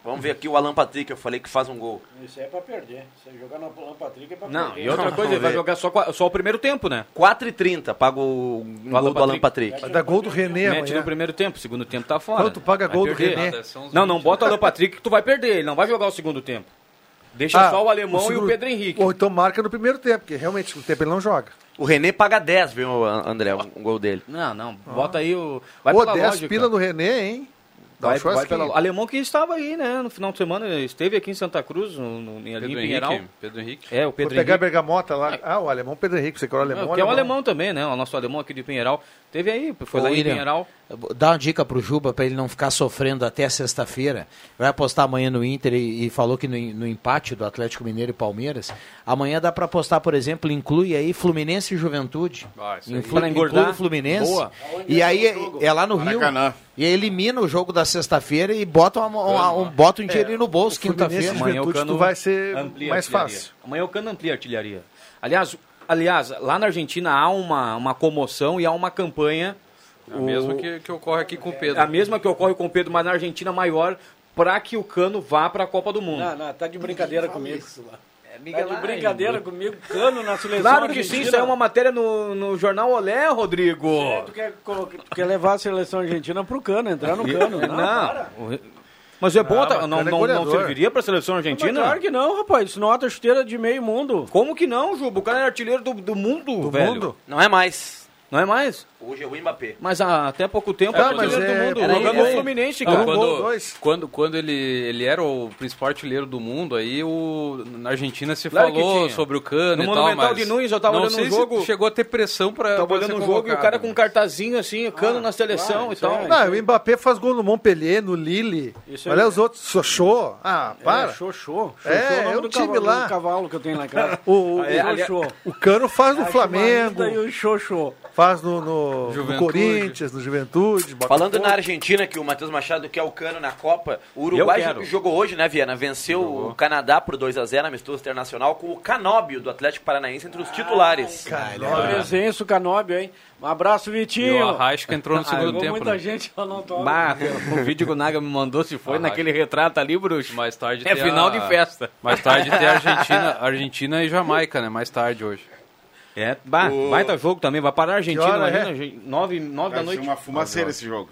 S9: Vamos ver aqui o Alan Patrick, eu falei que faz um gol.
S7: Isso é pra perder. Você jogar na Polão Patrick é pra
S6: Não,
S7: perder.
S6: e outra coisa, ele vai jogar só, qua- só o primeiro tempo, né?
S9: 4,30 paga o um gol do Alan Patrick.
S3: Dá gol do René
S6: Mete
S3: amanhã.
S6: no primeiro tempo, segundo tempo tá fora.
S3: Quanto paga
S6: Vai
S3: gol do
S6: perder.
S3: René?
S6: Não, não bota o Alan Patrick que tu vai perder, ele não vai jogar o segundo tempo. Deixa
S3: Ah,
S6: só o alemão e o
S3: segundo-
S6: Pedro Henrique.
S3: Ou então marca no primeiro tempo, porque realmente no segundo tempo ele não joga.
S9: O René paga 10, viu, An- André, um um gol dele.
S6: Não, não, bota aí o vai
S3: Pô,
S6: pela
S3: 10
S6: lógica.
S3: pila no René, hein? Dá
S6: vai,
S3: um churrasquinho.
S6: vai pela... Ah, Alemão que estava aí, né, no final de semana, esteve aqui em Santa Cruz, no, no, em- ali em
S5: Pedro
S6: Pinheiral.
S5: Henrique? Pedro Henrique?
S6: É, o
S3: Vou
S6: Pedro
S3: pegar a
S6: Henrique.
S3: bergamota lá. Ah, o alemão Pedro Henrique, você que é o alemão.
S6: que é um alemão também, né? O nosso alemão aqui de Pinheiral. Teve aí, foi
S1: Ô,
S6: lá
S1: William,
S6: em Pinheiral.
S1: Dá uma dica pro Juba pra ele não ficar sofrendo até sexta-feira. Vai apostar amanhã no Inter e, e falou que no, no empate do Atlético Mineiro e Palmeiras. Amanhã dá pra apostar, por exemplo, inclui aí Fluminense e Juventude.
S5: Ah, isso aí.
S1: Inclui,
S6: Pra
S1: inclui
S6: engordar.
S1: o Fluminense.
S6: Boa.
S1: E aí é, é lá no
S8: Maracanã.
S1: Rio. E aí elimina o jogo da sexta-feira e bota, uma- uma- um, bota um
S6: É,
S1: dinheiro no bolso quinta-feira.
S3: Fluminense Juventude, tu vai ser
S6: amplia
S3: mais
S6: a artilharia.
S3: fácil.
S6: Amanhã o Cano amplia a artilharia. Aliás, aliás, lá na Argentina há uma, uma comoção e há uma campanha.
S5: É o mesmo que, que ocorre aqui com o Pedro.
S6: A mesma que ocorre com o Pedro, mas na Argentina maior, para que o Cano vá para a Copa do Mundo.
S7: Não, não, tá de brincadeira comigo. Tá de
S6: lá,
S7: brincadeira comigo, cano na seleção.
S6: Claro que sim,
S7: argentina.
S6: isso é uma matéria no, no jornal Olé, Rodrigo.
S7: Tu quer, colocar- tu quer levar a seleção argentina pro cano, entrar no cano. Não, para.
S6: Não. Mas é bom,
S3: Ah,
S6: tá-
S3: mas
S6: não,
S3: Cano é
S6: não, não
S3: goleador.
S6: serviria para a seleção
S7: Mas
S6: argentina?
S7: claro que não, rapaz. Isso nota chuteira de meio mundo.
S6: Como que não, Juba? O cara é artilheiro do, do mundo,
S3: Do
S6: velho.
S3: mundo?
S9: Não é mais.
S6: Não é mais?
S9: Hoje é o Mbappé.
S6: Mas há até pouco tempo
S3: Tá,
S6: era o
S3: mas
S6: artilheiro
S3: é-
S6: do mundo.
S3: peraí,
S6: Jogando no
S3: peraí.
S6: Fluminense,
S5: Não,
S6: cara.
S3: um gol,
S5: quando,
S3: dois.
S5: quando, quando ele, ele era o principal artilheiro do mundo, aí o, na Argentina se
S6: Claro que
S5: falou
S6: tinha.
S5: sobre o Cano
S6: No
S5: e tal,
S6: Monumental
S5: mas...
S6: de Nunes, eu tava
S5: não
S6: olhando
S5: sei
S6: um
S5: se
S6: jogo-
S5: chegou a ter pressão pra
S6: Tava
S5: pra
S6: olhando
S5: ser
S6: um jogo e
S5: é
S6: o cara
S5: convocado.
S6: com um cartazinho assim, cano na seleção e tal.
S3: Não, o Mbappé faz gol no Montpellier, no Lille.
S7: Isso aí.
S3: Olha os outros, Sochô. Ah, para.
S7: É, xoxô. Xoxô
S3: É,
S7: o nome
S3: é um
S7: do
S3: time
S7: cavalo,
S3: lá.
S7: do cavalo que eu tenho lá em casa.
S3: O, o,
S7: É, xoxô.
S3: o Cano faz
S6: Ah,
S3: no
S7: A
S3: Flamengo,
S7: Juanita E o xoxô.
S6: tá
S3: faz no, no- no,
S5: Juventude.
S3: Corinthians, no Juventude.
S9: Falando
S3: Botafogo.
S9: na Argentina, que o Matheus Machado quer o cano na Copa, o Uruguai
S6: Eu quero.
S9: jogou hoje, né, Viana? Venceu o Canadá por 2x0 amistoso internacional com o Canóbio do Atlético Paranaense entre os titulares.
S6: Ah.
S7: Presença, o Canóbio, hein? Um abraço,
S5: E o
S7: Vitinho.
S5: Arrasca entrou no
S7: Ah,
S5: segundo
S7: jogou
S5: tempo.
S7: muita
S5: né?
S7: gente lá no top.
S6: Bah, o vídeo que o Naga me mandou, se foi,
S5: Ah,
S6: naquele retrato ali, bruxo.
S5: Mais tarde
S6: É
S5: tem
S6: final
S5: a-
S6: de festa.
S5: Mais tarde tem a Argentina, Argentina e Jamaica, né? Mais tarde hoje.
S6: É, bah, baita jogo também, vai parar a Argentina
S3: Que hora
S6: ali,
S3: é?
S6: na Argen- nove,
S8: Vai
S6: nove da
S8: ser
S6: noite.
S8: uma fumaceira esse jogo.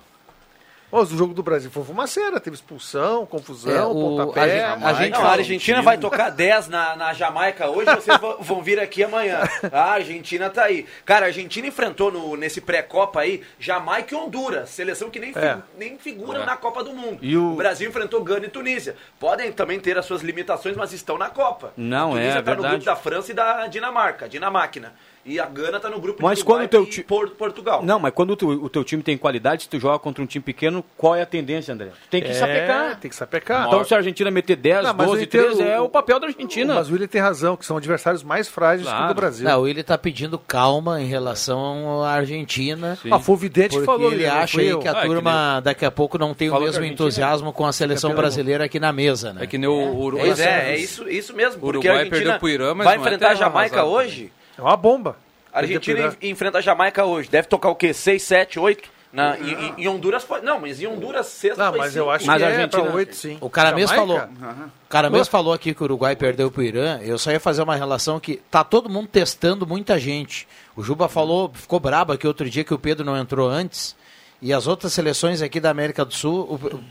S3: Ó, o jogo do Brasil foi fumaceira, teve expulsão, confusão,
S1: É, o- a
S3: pontapé.
S1: gente- a gente-
S9: Não, a Argentina vai tocar 10 na, na Jamaica hoje, vocês vão, vão vir aqui amanhã. A Argentina tá aí. Cara, a Argentina enfrentou no, nesse pré-copa aí Jamaica e Honduras, seleção que nem, fi-
S3: É.
S9: nem figura na Copa do Mundo.
S6: E o-
S9: Brasil enfrentou Gana e Tunísia. Podem também ter as suas limitações, mas estão na Copa.
S6: Não,
S9: a Tunísia
S6: é,
S9: tá no
S6: verdade.
S9: grupo da França e da Dinamarca, Dinamáquina. E a Gana tá no grupo
S6: Mas
S9: de Uruguai
S6: quando o teu
S9: e
S6: ti-
S9: Por- Portugal.
S6: Não, mas quando o teu, o teu time tem qualidade, se tu joga contra um time pequeno, qual é a tendência, André? Tu Tem que
S3: É,
S6: sapecar.
S3: Tem que sapecar.
S6: Então se a Argentina meter 10,
S3: Não, mas
S6: 12,
S3: o Inter-
S6: 13, é o papel da Argentina.
S3: Mas o William tem razão, que são adversários mais frágeis
S6: Claro.
S3: que o do Brasil.
S1: Não, ele tá pedindo calma em relação à Argentina.
S3: Ah, foi o Vidente que
S1: Porque
S3: falou.
S1: ele
S3: William, não
S1: acha
S3: fui
S1: aí
S3: eu.
S1: que a
S5: Ah, é que
S1: turma daqui a pouco não tem o
S6: Falou que
S1: mesmo
S6: a Argentina
S1: entusiasmo com a seleção brasileira aqui na mesa, né?
S5: É que nem o Uruguai.
S9: Pois é, é isso, isso mesmo. Porque a
S5: Uruguai
S9: Argentina
S5: perdeu pro Irã,
S9: vai
S5: mas não é
S3: Ah,
S9: enfrentar a
S5: terra
S9: Jamaica
S5: arrasada
S9: hoje.
S3: É uma bomba.
S9: A Argentina
S3: Argentina.
S9: en- enfrenta a Jamaica hoje. Deve tocar o quê? 6, 7, 8? Na, em- em, em Honduras foi. Não, mas em Honduras sexta
S3: Não,
S9: foi
S3: mas
S9: cinco.
S3: eu acho
S6: Mas
S3: que
S6: a
S3: é pra
S6: Argentina-
S3: oito, sim.
S1: O cara mesmo falou.
S3: Jamaica?
S1: O cara mesmo falou aqui que o Uruguai perdeu pro Irã. Eu só ia fazer uma relação que tá todo mundo testando muita gente. O Juba falou, ficou brabo aqui outro dia que o Pedro não entrou antes. E as outras seleções aqui da América do Sul,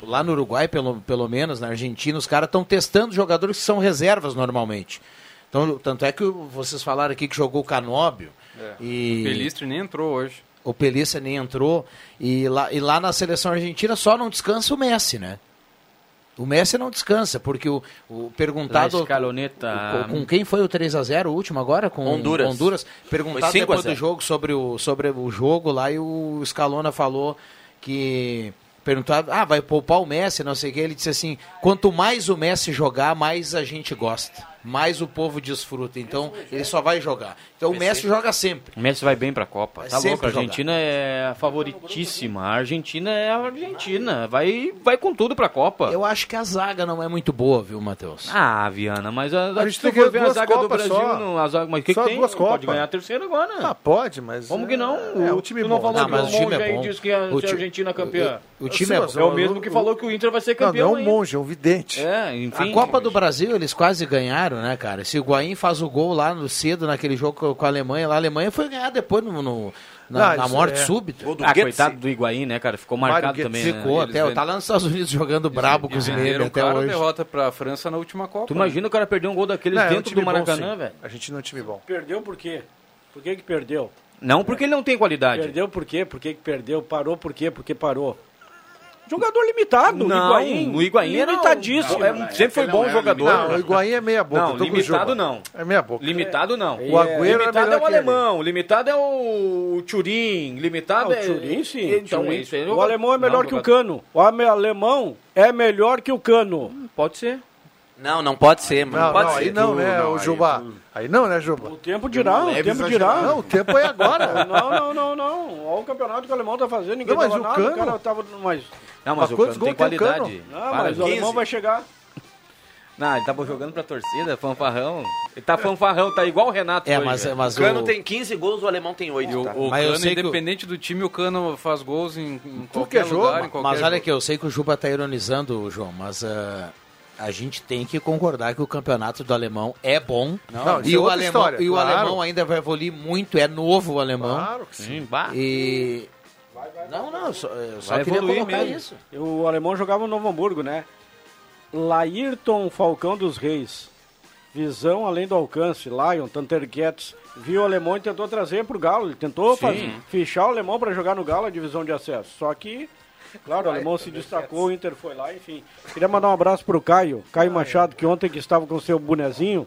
S1: o- lá no Uruguai, pelo, pelo menos, na Argentina, os caras estão testando jogadores que são reservas normalmente. Então, tanto é que o- vocês falaram aqui que jogou o Canóbio. E...
S5: Pelistre nem entrou hoje.
S1: O Pelissa nem entrou. E lá, e lá na seleção argentina só não descansa o Messi, né? O Messi não descansa, porque o, o perguntado.
S6: La escaloneta.
S1: o- com quem foi o 3 a 0 o último agora? Com
S9: Honduras.
S1: Honduras. Perguntado
S9: Foi 5 a
S1: depois do
S9: 0.
S1: jogo sobre o, sobre o jogo lá e o Scalona falou que perguntado, ah, vai poupar o Messi, não sei o que, ele disse assim, quanto mais o Messi jogar, mais a gente gosta, mais o povo desfruta, então ele só vai jogar. Então o Messi joga sempre.
S6: O Messi vai bem pra Copa.
S1: Vai
S6: Tá louco,
S1: sempre
S6: a
S1: jogar.
S6: Argentina é a favoritíssima. A Argentina é a Argentina. Vai, vai com tudo pra Copa.
S1: Eu acho que a zaga não é muito boa, viu, Matheus?
S6: Ah, Viana, mas
S3: A
S6: a, a
S3: gente
S6: gente
S3: tem que
S6: foi ver a
S3: duas
S6: zaga do
S3: Copas
S6: Brasil.
S3: só.
S6: Não, a zaga, mas o que,
S3: Só
S6: que tem?
S3: duas
S6: Não
S3: Copas.
S6: Pode ganhar a terceira agora.
S3: Ah, pode, mas.
S6: Como que não?
S3: É, o time
S6: tu
S3: bom.
S6: não falou
S3: Não,
S6: que
S3: mas
S6: o
S3: o time
S6: Monge
S3: é
S6: aí
S3: bom.
S6: disse que a,
S3: O
S6: se a
S3: ti-
S6: Argentina campeã.
S1: o- o time é
S6: Sim, mas
S1: bom.
S6: o mesmo que falou que o Inter vai ser
S1: Não, não é
S6: campeão.
S1: um
S6: hein?
S3: monge, é um vidente.
S6: É, enfim.
S1: a Copa do Brasil eles quase ganharam, né, cara? Se o Guaim faz o gol lá no cedo, naquele jogo co- com a Alemanha, lá a Alemanha foi ganhar depois no, no- na,
S6: Ah,
S1: na
S6: isso
S1: morte
S6: é.
S1: súbita.
S6: Gol do Ah, Goetze. coitado do Higuaín, né, cara? Ficou
S1: Mário
S6: marcado
S1: Goetze
S6: também, né?
S1: Ficou
S6: Eles
S1: até,
S6: ven-
S1: tá lá nos Estados Unidos jogando brabo com os negros
S5: Venderam o
S1: até
S5: um cara, é
S1: hoje.
S5: derrota pra França na última Copa. né?
S6: Tu imagina o cara perder um gol daqueles
S7: Não, é um
S6: dentro
S7: time
S6: do
S7: bom,
S6: Maracanã,
S7: sim.
S6: velho?
S3: A gente não é um time bom.
S7: Perdeu por quê? Por que que perdeu?
S6: Não porque ele não tem qualidade.
S7: Perdeu por quê? Por que que perdeu? Parou por quê? Porque parou. Jogador limitado,
S6: Não,
S7: o Higuaín.
S6: o Higuaín era um-
S7: limitadíssimo.
S6: é um- sempre foi bom jogador.
S3: Não, o Higuaín é meia boca.
S6: Não,
S3: eu tô com o
S6: limitado
S3: Juba.
S6: não.
S3: É meia boca.
S6: Limitado não.
S3: O Agüero é
S6: limitado é,
S3: melhor
S6: o
S3: que ele.
S6: alemão, limitado é o o Turin, limitado
S7: Ah,
S6: é
S7: o Turin, sim.
S6: Então
S7: Turin.
S6: é isso. aí.
S7: o alemão é melhor
S6: Não,
S7: que o Cano. O ame- alemão é melhor que o Cano.
S6: Pode ser.
S9: Não, não pode ser, mano.
S3: Não,
S9: pode
S3: não,
S9: ser.
S3: aí não, né,
S9: Não,
S3: o
S9: aí
S3: Juba? Aí não, né, Juba? O
S7: tempo dirá, o tempo dirá.
S3: Não, o tempo é agora.
S7: não, não, não, não. Olha o campeonato que o alemão tá fazendo, ninguém
S3: Não, mas
S7: dava
S3: o
S7: nada,
S3: Cano-
S7: o cara tava mais...
S6: Não, mas
S3: Mas
S6: o
S3: quantos
S6: Cano tem
S5: é
S3: gols tem o Cano?
S6: qualidade.
S7: Não,
S6: Para,
S7: mas o alemão
S6: 15.
S7: vai chegar.
S6: Não, ele tá jogando pra torcida, fanfarrão. Ele tá fanfarrão, tá igual o Renato
S1: É,
S6: hoje,
S1: mas-
S6: velho.
S1: mas
S9: O Cano tem 15 gols, o alemão tem 8.
S5: O, o
S1: Mas eu
S5: Cano,
S1: sei que o-
S5: independente do time, o Cano faz gols em, em
S1: que é
S5: qualquer lugar, em qualquer
S1: mas olha
S5: jogo.
S1: aqui, eu sei que o Juba tá ironizando, João, mas ah, a gente tem que concordar que o campeonato do alemão é bom.
S3: Não, isso
S1: e
S3: é
S1: o
S3: outra
S1: alemão,
S3: história,
S1: e o
S3: claro.
S1: alemão ainda vai evoluir muito, é novo o alemão.
S3: Claro que
S6: sim. bah.
S1: E Não, não, eu só, eu só
S7: Vai
S1: queria
S7: evoluir
S1: colocar
S7: mesmo.
S1: isso.
S7: O alemão jogava no Novo Hamburgo, né? Laírton Falcão dos Reis. Visão além do alcance. Lion, Tanterguetes. Viu o alemão e tentou trazer pro Galo. Ele tentou fazer, fichar o alemão para jogar no Galo a divisão de acesso. Só que, claro, o alemão se destacou, o Inter foi lá, enfim. Queria mandar um abraço pro Caio. Caio Machado, que ontem que estava com seu bonezinho,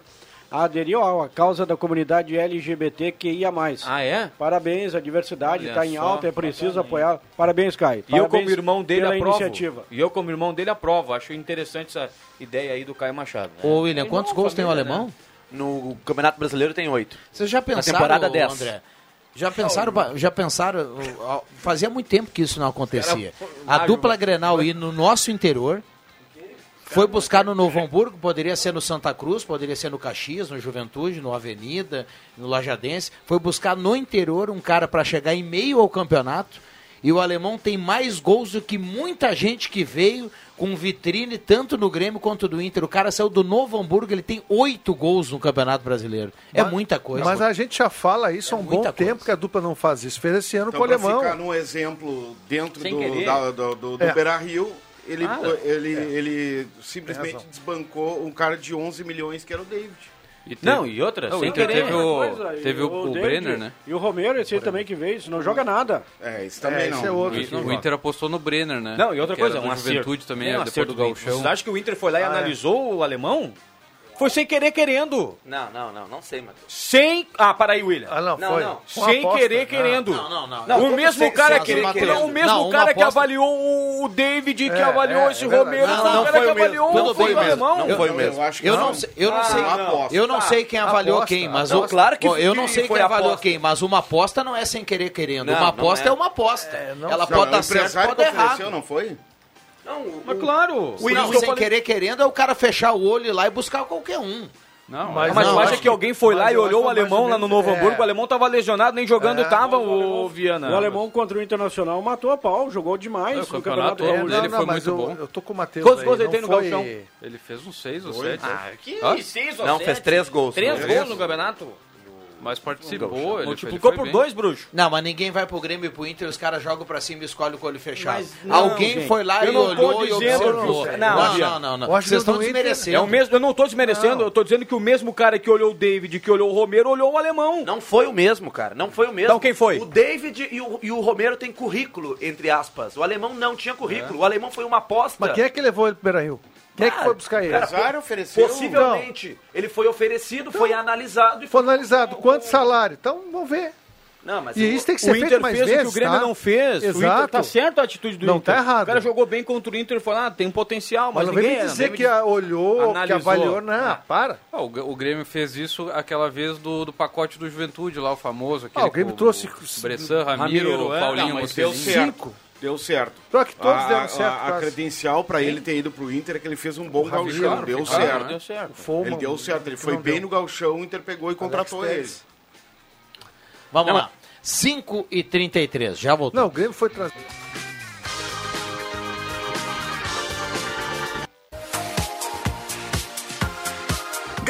S7: aderiu à causa da comunidade LGBTQIA+.
S6: Ah, é?
S7: Parabéns, a diversidade
S6: Olha
S7: está em
S6: só.
S7: alta, é preciso apoiar. Parabéns, Caio.
S6: E eu
S7: Parabéns
S6: como irmão dele
S7: pela
S6: aprovo.
S7: iniciativa.
S6: E eu como irmão dele aprovo. Acho interessante essa ideia aí do Caio Machado. né?
S1: Ô, William,
S6: Irmão,
S1: quantos gols tem o
S6: família,
S1: alemão?
S6: né?
S9: No Campeonato Brasileiro tem 8.
S1: Vocês já
S9: Na
S1: pensaram,
S9: temporada 10.
S1: André? Já pensaram, já pensaram, ó, fazia muito tempo que isso não acontecia. A dupla Grenal ir no nosso interior, foi buscar no Novo Hamburgo, poderia ser no Santa Cruz, poderia ser no Caxias, no Juventude, no Avenida, no Lajadense, foi buscar no interior um cara para chegar em meio ao campeonato, e o alemão tem mais gols do que muita gente que veio com vitrine, tanto no Grêmio quanto do Inter. O cara saiu do Novo Hamburgo, ele tem oito gols no Campeonato Brasileiro. É muita coisa.
S3: Mas a gente já fala
S6: É
S3: isso há um bom
S1: muita
S3: tempo que a dupla não faz isso. Fez esse ano
S8: Então,
S3: com o
S8: pra
S3: alemão.
S8: ficar num exemplo dentro
S6: Sem
S8: do,
S6: querer.
S8: da- do, do, do
S3: É.
S8: Beira-Rio, ele,
S6: Ah,
S8: ele, ele simplesmente
S3: razão.
S8: desbancou um cara de 11 milhões que era o David.
S5: E teve-
S6: Não, e outra,
S5: Não, o
S6: sem
S5: Inter
S6: querer. né?
S5: teve o,
S7: Coisa, e
S5: teve o, o
S7: David,
S5: Brenner, né?
S7: E o Romero, esse aí também que veio, isso não joga nada.
S8: É, isso também
S3: É,
S8: não.
S3: esse é outro.
S5: O,
S3: Sim,
S5: o
S3: ó.
S5: Inter apostou no Brenner, né?
S6: Não, e outra
S5: Que
S6: coisa,
S5: era
S6: um
S5: do
S6: acerto.
S5: Juventude também,
S6: Tem um
S5: era depois
S6: acerto
S5: do
S6: do Ah, é. Inter.
S5: Galchão.
S6: Vocês acham que o Inter foi lá e analisou o alemão? Foi sem querer querendo.
S9: Não, não, não, não sei, Matheus.
S6: Sem. Ah, para aí, William.
S3: Ah, não,
S9: Não,
S3: foi.
S9: não.
S3: Foi uma
S6: sem
S3: aposta.
S6: querer
S3: Ah.
S6: querendo.
S1: Não, não, não.
S9: Não,
S6: o
S9: como
S6: mesmo
S9: sem-
S6: cara
S9: sem
S6: que,
S9: acertar
S6: não, o
S9: querendo.
S6: mesmo
S1: Não, uma
S6: cara que
S1: aposta-
S6: avaliou o- o David, que
S3: É,
S6: avaliou
S3: é,
S6: esse
S3: é
S6: Romero,
S3: verdade.
S6: foi
S1: Não, não
S6: o cara
S1: foi
S6: que
S1: o mesmo.
S6: avaliou
S1: Não
S6: o
S1: foi
S6: filho
S1: o mesmo.
S6: alemão.
S9: Não foi
S8: eu
S9: mesmo.
S8: acho que
S1: Eu
S8: não.
S1: não sei, eu não sei,
S8: uma aposta.
S1: eu não sei quem avaliou
S3: Aposta.
S1: quem, mas
S3: Aposta.
S1: o
S9: Claro que-
S1: Bom, eu não
S9: que
S1: sei
S9: foi
S1: quem avaliou
S9: aposta.
S1: quem, mas uma aposta não é sem querer querendo.
S9: Não,
S1: uma
S9: não
S1: aposta é.
S9: é.
S1: uma aposta.
S3: não
S1: Ela
S8: Não,
S1: pode
S8: o
S1: dar certo,
S8: empresário
S1: pode
S8: que
S1: dar
S8: ofereceu,
S1: errado.
S8: não foi?
S9: Não, o,
S6: Mas claro.
S1: O não, sem querer querendo é o cara fechar o olho lá e buscar qualquer um.
S5: Não,
S3: Mas
S5: mas,
S6: Mas
S1: Não,
S6: tu acha
S3: acho
S6: que alguém foi lá
S3: mas
S6: e
S3: eu acho
S6: olhou
S3: que
S6: o
S3: foi mais
S6: alemão
S3: ou
S6: lá no
S3: menos-
S6: Novo
S3: é.
S6: Hamburgo? O alemão tava lesionado, nem jogando
S3: É.
S6: tava, o Viana.
S7: o alemão contra o Internacional matou a pau, jogou demais.
S5: É, o
S7: no
S5: campeonato
S3: É,
S5: todo
S7: Gaúcho.
S3: não,
S5: Ele
S3: não,
S5: foi
S3: mas
S5: muito
S3: eu,
S5: bom.
S3: eu tô com o Matheus.
S6: Quantos
S3: aí,
S6: gols ele
S3: não
S6: tem no
S3: foi-
S6: Galchão?
S5: ele fez uns 6 ou 7.
S1: né?
S6: que
S5: Hã?
S6: seis
S9: Não, fez três gols.
S6: Três
S9: Três.
S6: gols no campeonato?
S1: Ah,
S5: Mas
S1: um
S5: participou, ele, ele
S6: Multiplicou
S5: foi
S6: por
S5: bem.
S6: dois, bruxo.
S1: Não, mas ninguém vai pro Grêmio e pro Inter, os caras jogam pra cima e escolhem com o olho fechado.
S6: não,
S1: Alguém
S6: gente.
S1: foi lá
S6: Eu
S1: e
S6: não tô
S1: olhou e
S6: dizendo que
S1: observou.
S6: o- Não,
S1: Não,
S6: Bia.
S1: não, não. não.
S3: Eu acho que
S1: Vocês estão
S3: o Inter-
S1: desmerecendo.
S6: É o mesmo, eu não tô desmerecendo, eu tô dizendo que o mesmo cara que olhou o David, que olhou o Romero, olhou o alemão.
S9: Não foi o mesmo, cara. Não foi o mesmo.
S6: Então quem foi?
S9: O David e o, e o Romero têm currículo, entre aspas. O alemão não tinha currículo. O alemão foi uma aposta.
S3: Mas quem é que levou ele pro Beira Rio? Quem é que
S9: Cara,
S3: foi buscar ele?
S9: cara,
S8: O empresário ofereceu.
S9: Possivelmente. Ele foi oferecido, foi analisado e
S3: Foi analisado. Quanto salário? Então, vamos ver.
S9: Não, mas
S3: E
S9: eu-
S3: isso tem que
S6: o
S3: ser
S6: Inter
S3: feito mais
S6: fez
S3: vezes,
S6: o que o Grêmio
S3: tá?
S6: não fez. O
S3: Exato.
S6: Inter tá certo a atitude do
S3: Não
S6: Inter.
S3: tá errado.
S6: O cara jogou bem contra o Inter e falou: ah, tem potencial,
S3: Mas
S6: mas,
S3: não vem
S6: ninguém é."
S3: me dizer
S6: não
S3: que ah, olhou, que
S6: Analisou.
S3: avaliou, não, para.
S5: Ah, o, G- o Grêmio fez isso aquela vez do, do pacote do Juventude lá, o famoso. Aquele
S3: Ah, o Grêmio
S5: com
S3: trouxe
S5: Bressan, Ramiro,
S8: é.
S5: Paulinho,
S8: Não, mas
S5: Mocelin.
S8: deu certo. Deu certo.
S3: Só que todos
S8: a,
S3: deram certo,
S8: A, a
S3: quase.
S8: credencial para ele ter ido pro Inter é que ele fez um bom
S3: Ramiro,
S8: gauchão.
S3: claro,
S8: Deu,
S3: claro, né?
S8: certo.
S3: deu certo.
S8: Ele
S3: Foman,
S8: deu certo. Ele foi
S3: não
S8: bem
S3: deu.
S8: no gauchão, o Inter pegou e contratou ele.
S3: Telles.
S1: Vamos
S3: Não,
S1: lá. 5 e 33 já voltou.
S3: Não, o Grêmio foi trazido.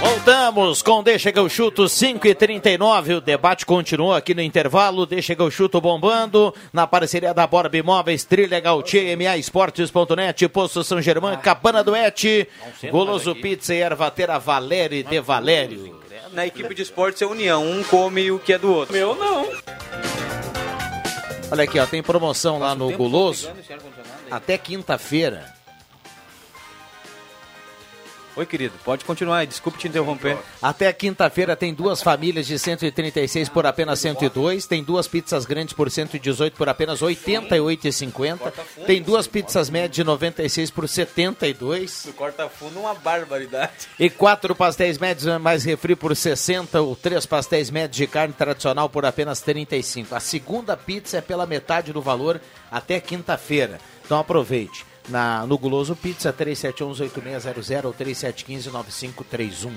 S1: Voltamos com Deixa que eu chuto 5 e 39 O debate continua aqui no intervalo. Deixa que eu chuto bombando. Na parceria da Borba Imóveis, Trilha Gautier, MA Esportes.net, Poço São Germão, Cabana do Et, Goloso Pizza e Ervatera Valério de Valério.
S6: Na equipe de esportes é união, um come o que é do outro. Meu não.
S1: Olha aqui, ó, tem promoção lá no Guloso até quinta-feira.
S6: Oi, querido, pode continuar aí, desculpe te interromper.
S1: Até quinta-feira tem duas famílias de 136 por apenas 102, tem duas pizzas grandes por 118 por apenas 88,50, tem duas pizzas médias de 96 por 72
S6: Do corta-fundo, é uma barbaridade.
S1: e quatro pastéis médios mais refri por 60 ou três pastéis médios de carne tradicional por apenas 35. A segunda pizza é pela metade do valor até quinta-feira. Então aproveite. Na, no Guloso Pizza 37118600 ou 37159531.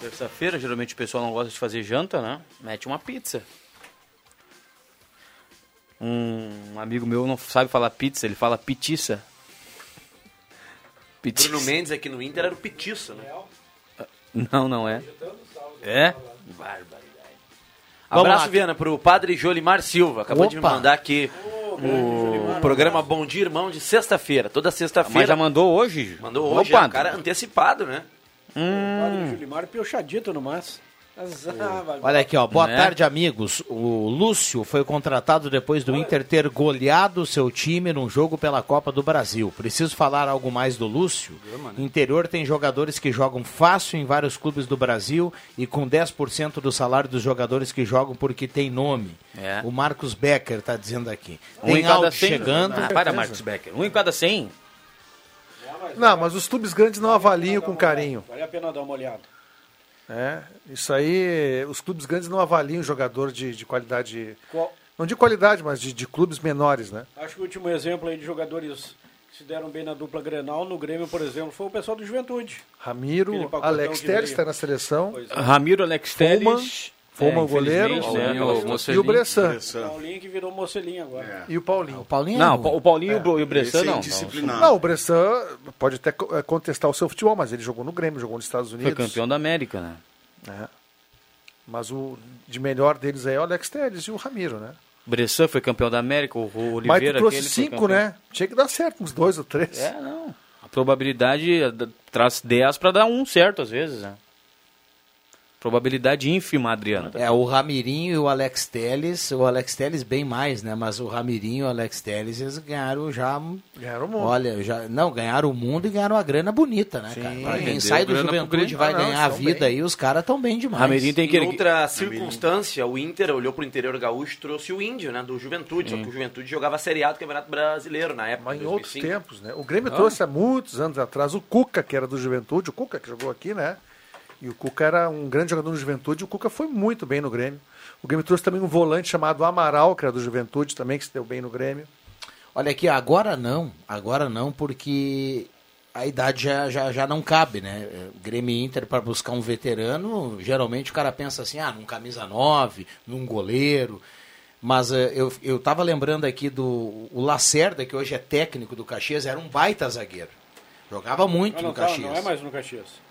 S6: Terça-feira, geralmente o pessoal não gosta de fazer janta, né? Mete uma pizza. Um amigo meu não sabe falar pizza, ele fala pitiça. Pitiça.
S9: Bruno Mendes aqui no Inter era o Petiço, né?
S6: Não, não é. É?
S9: Abraço,
S6: Vamos lá.
S9: Viana, pro padre Jolimar Silva. Acabou de me
S6: Opa.
S9: mandar aqui o programa Bom Dia Irmão de sexta-feira. Toda sexta-feira.
S6: Mas já mandou hoje?
S9: Mandou
S6: Ô,
S9: hoje, é um
S6: padre.
S9: cara antecipado, né?
S7: Padre Julimar piochadito no mas.
S1: Olha aqui, ó. Boa
S7: Né?
S1: tarde, amigos. O Lúcio foi contratado depois do Inter ter goleado o seu time num jogo pela Copa do Brasil. Preciso falar algo mais do Lúcio. Interior tem jogadores que jogam fácil em vários clubes do Brasil e com 10% do salário dos jogadores que jogam porque tem nome.
S6: É.
S1: O Marcos Becker tá dizendo aqui.
S6: Um em
S1: Tem
S6: cada
S1: áudio
S6: 100.
S1: chegando.
S6: Ah, para, Marcos Becker. Um em cada 100?
S3: Não, mas os clubes grandes não avaliam com carinho.
S7: Vale a pena dar uma olhada.
S3: É, isso aí, os clubes grandes não avaliam jogador de, de qualidade.
S7: Qual-
S3: Não de qualidade, mas de, de clubes menores, né?
S7: Acho que o último exemplo aí de jogadores que se deram bem na dupla Grenal no Grêmio, por exemplo, foi o pessoal do Juventude. Aquele
S3: Ramiro,
S7: pacotão
S3: Alex
S7: que
S3: Telles
S7: veio.
S3: está na seleção.
S6: Ramiro, Alex Telles.
S3: Foman,
S6: É,
S3: goleiro.
S6: infelizmente, né?
S3: E o Bressan.
S7: O Paulinho que virou mocelinho agora.
S3: E o Paulinho. O
S1: Paulinho
S6: Não, o Paulinho e o
S1: É,
S6: Bro- e o Bressan
S8: é
S6: não.
S3: Não,
S6: Não,
S3: o Bressan pode até co- eh, contestar o seu futebol, mas ele jogou no Grêmio, jogou nos Estados
S6: Foi
S3: Unidos.
S6: campeão da América, né?
S3: É. Mas o de melhor deles aí é o Alex Telles e o Ramiro, né?
S6: Bressan foi campeão da América, o o Oliveira...
S3: mas tu trouxe
S6: aquele foi
S3: cinco,
S6: campeão.
S3: né? Tinha que dar certo, uns dois ou três.
S6: É, não. A probabilidade eh, d- traz 10 para dar um certo, às vezes, né? Probabilidade ínfima, Adriano.
S1: É, o Ramirinho e o Alex Teles, o Alex Teles bem mais, né? Mas o Ramirinho e o Alex Teles, eles ganharam já. um
S3: Ganharam um o
S1: mundo. Olha, já, não, ganharam o mundo e ganharam a grana bonita, né, cara? Pra quem
S9: Rendeu
S1: sai do
S9: grana pro
S1: juventude
S9: Grêmio.
S1: vai
S9: Ah, não,
S1: ganhar a
S9: estão
S1: vida aí, os caras estão bem demais.
S9: Em outra circunstância, o Inter olhou pro interior gaúcho e trouxe o índio, né? Do Juventude. Só que o Juventude jogava a Série A do Campeonato Brasileiro na época. Mas
S3: Em outros tempos, né? O
S6: Ah.
S3: Grêmio trouxe há muitos anos atrás o Cuca, que era do Juventude, o Cuca que jogou aqui, né? E o Cuca era um grande jogador no Juventude, o Cuca foi muito bem no Grêmio. O Grêmio trouxe também um volante chamado Amaral, que era do Juventude também, que se deu bem no Grêmio.
S1: Olha aqui, agora não, agora não, porque a idade já, já, já não cabe, né? É, Grêmio e Inter para buscar um veterano, geralmente o cara pensa assim, ah, num camisa 9, num goleiro. Mas é, eu, eu tava lembrando aqui do o Lacerda, que hoje é técnico do Caxias, era um baita zagueiro. Jogava muito
S7: Ah, não,
S1: no
S7: tá,
S1: Caxias.
S7: não é mais no Caxias.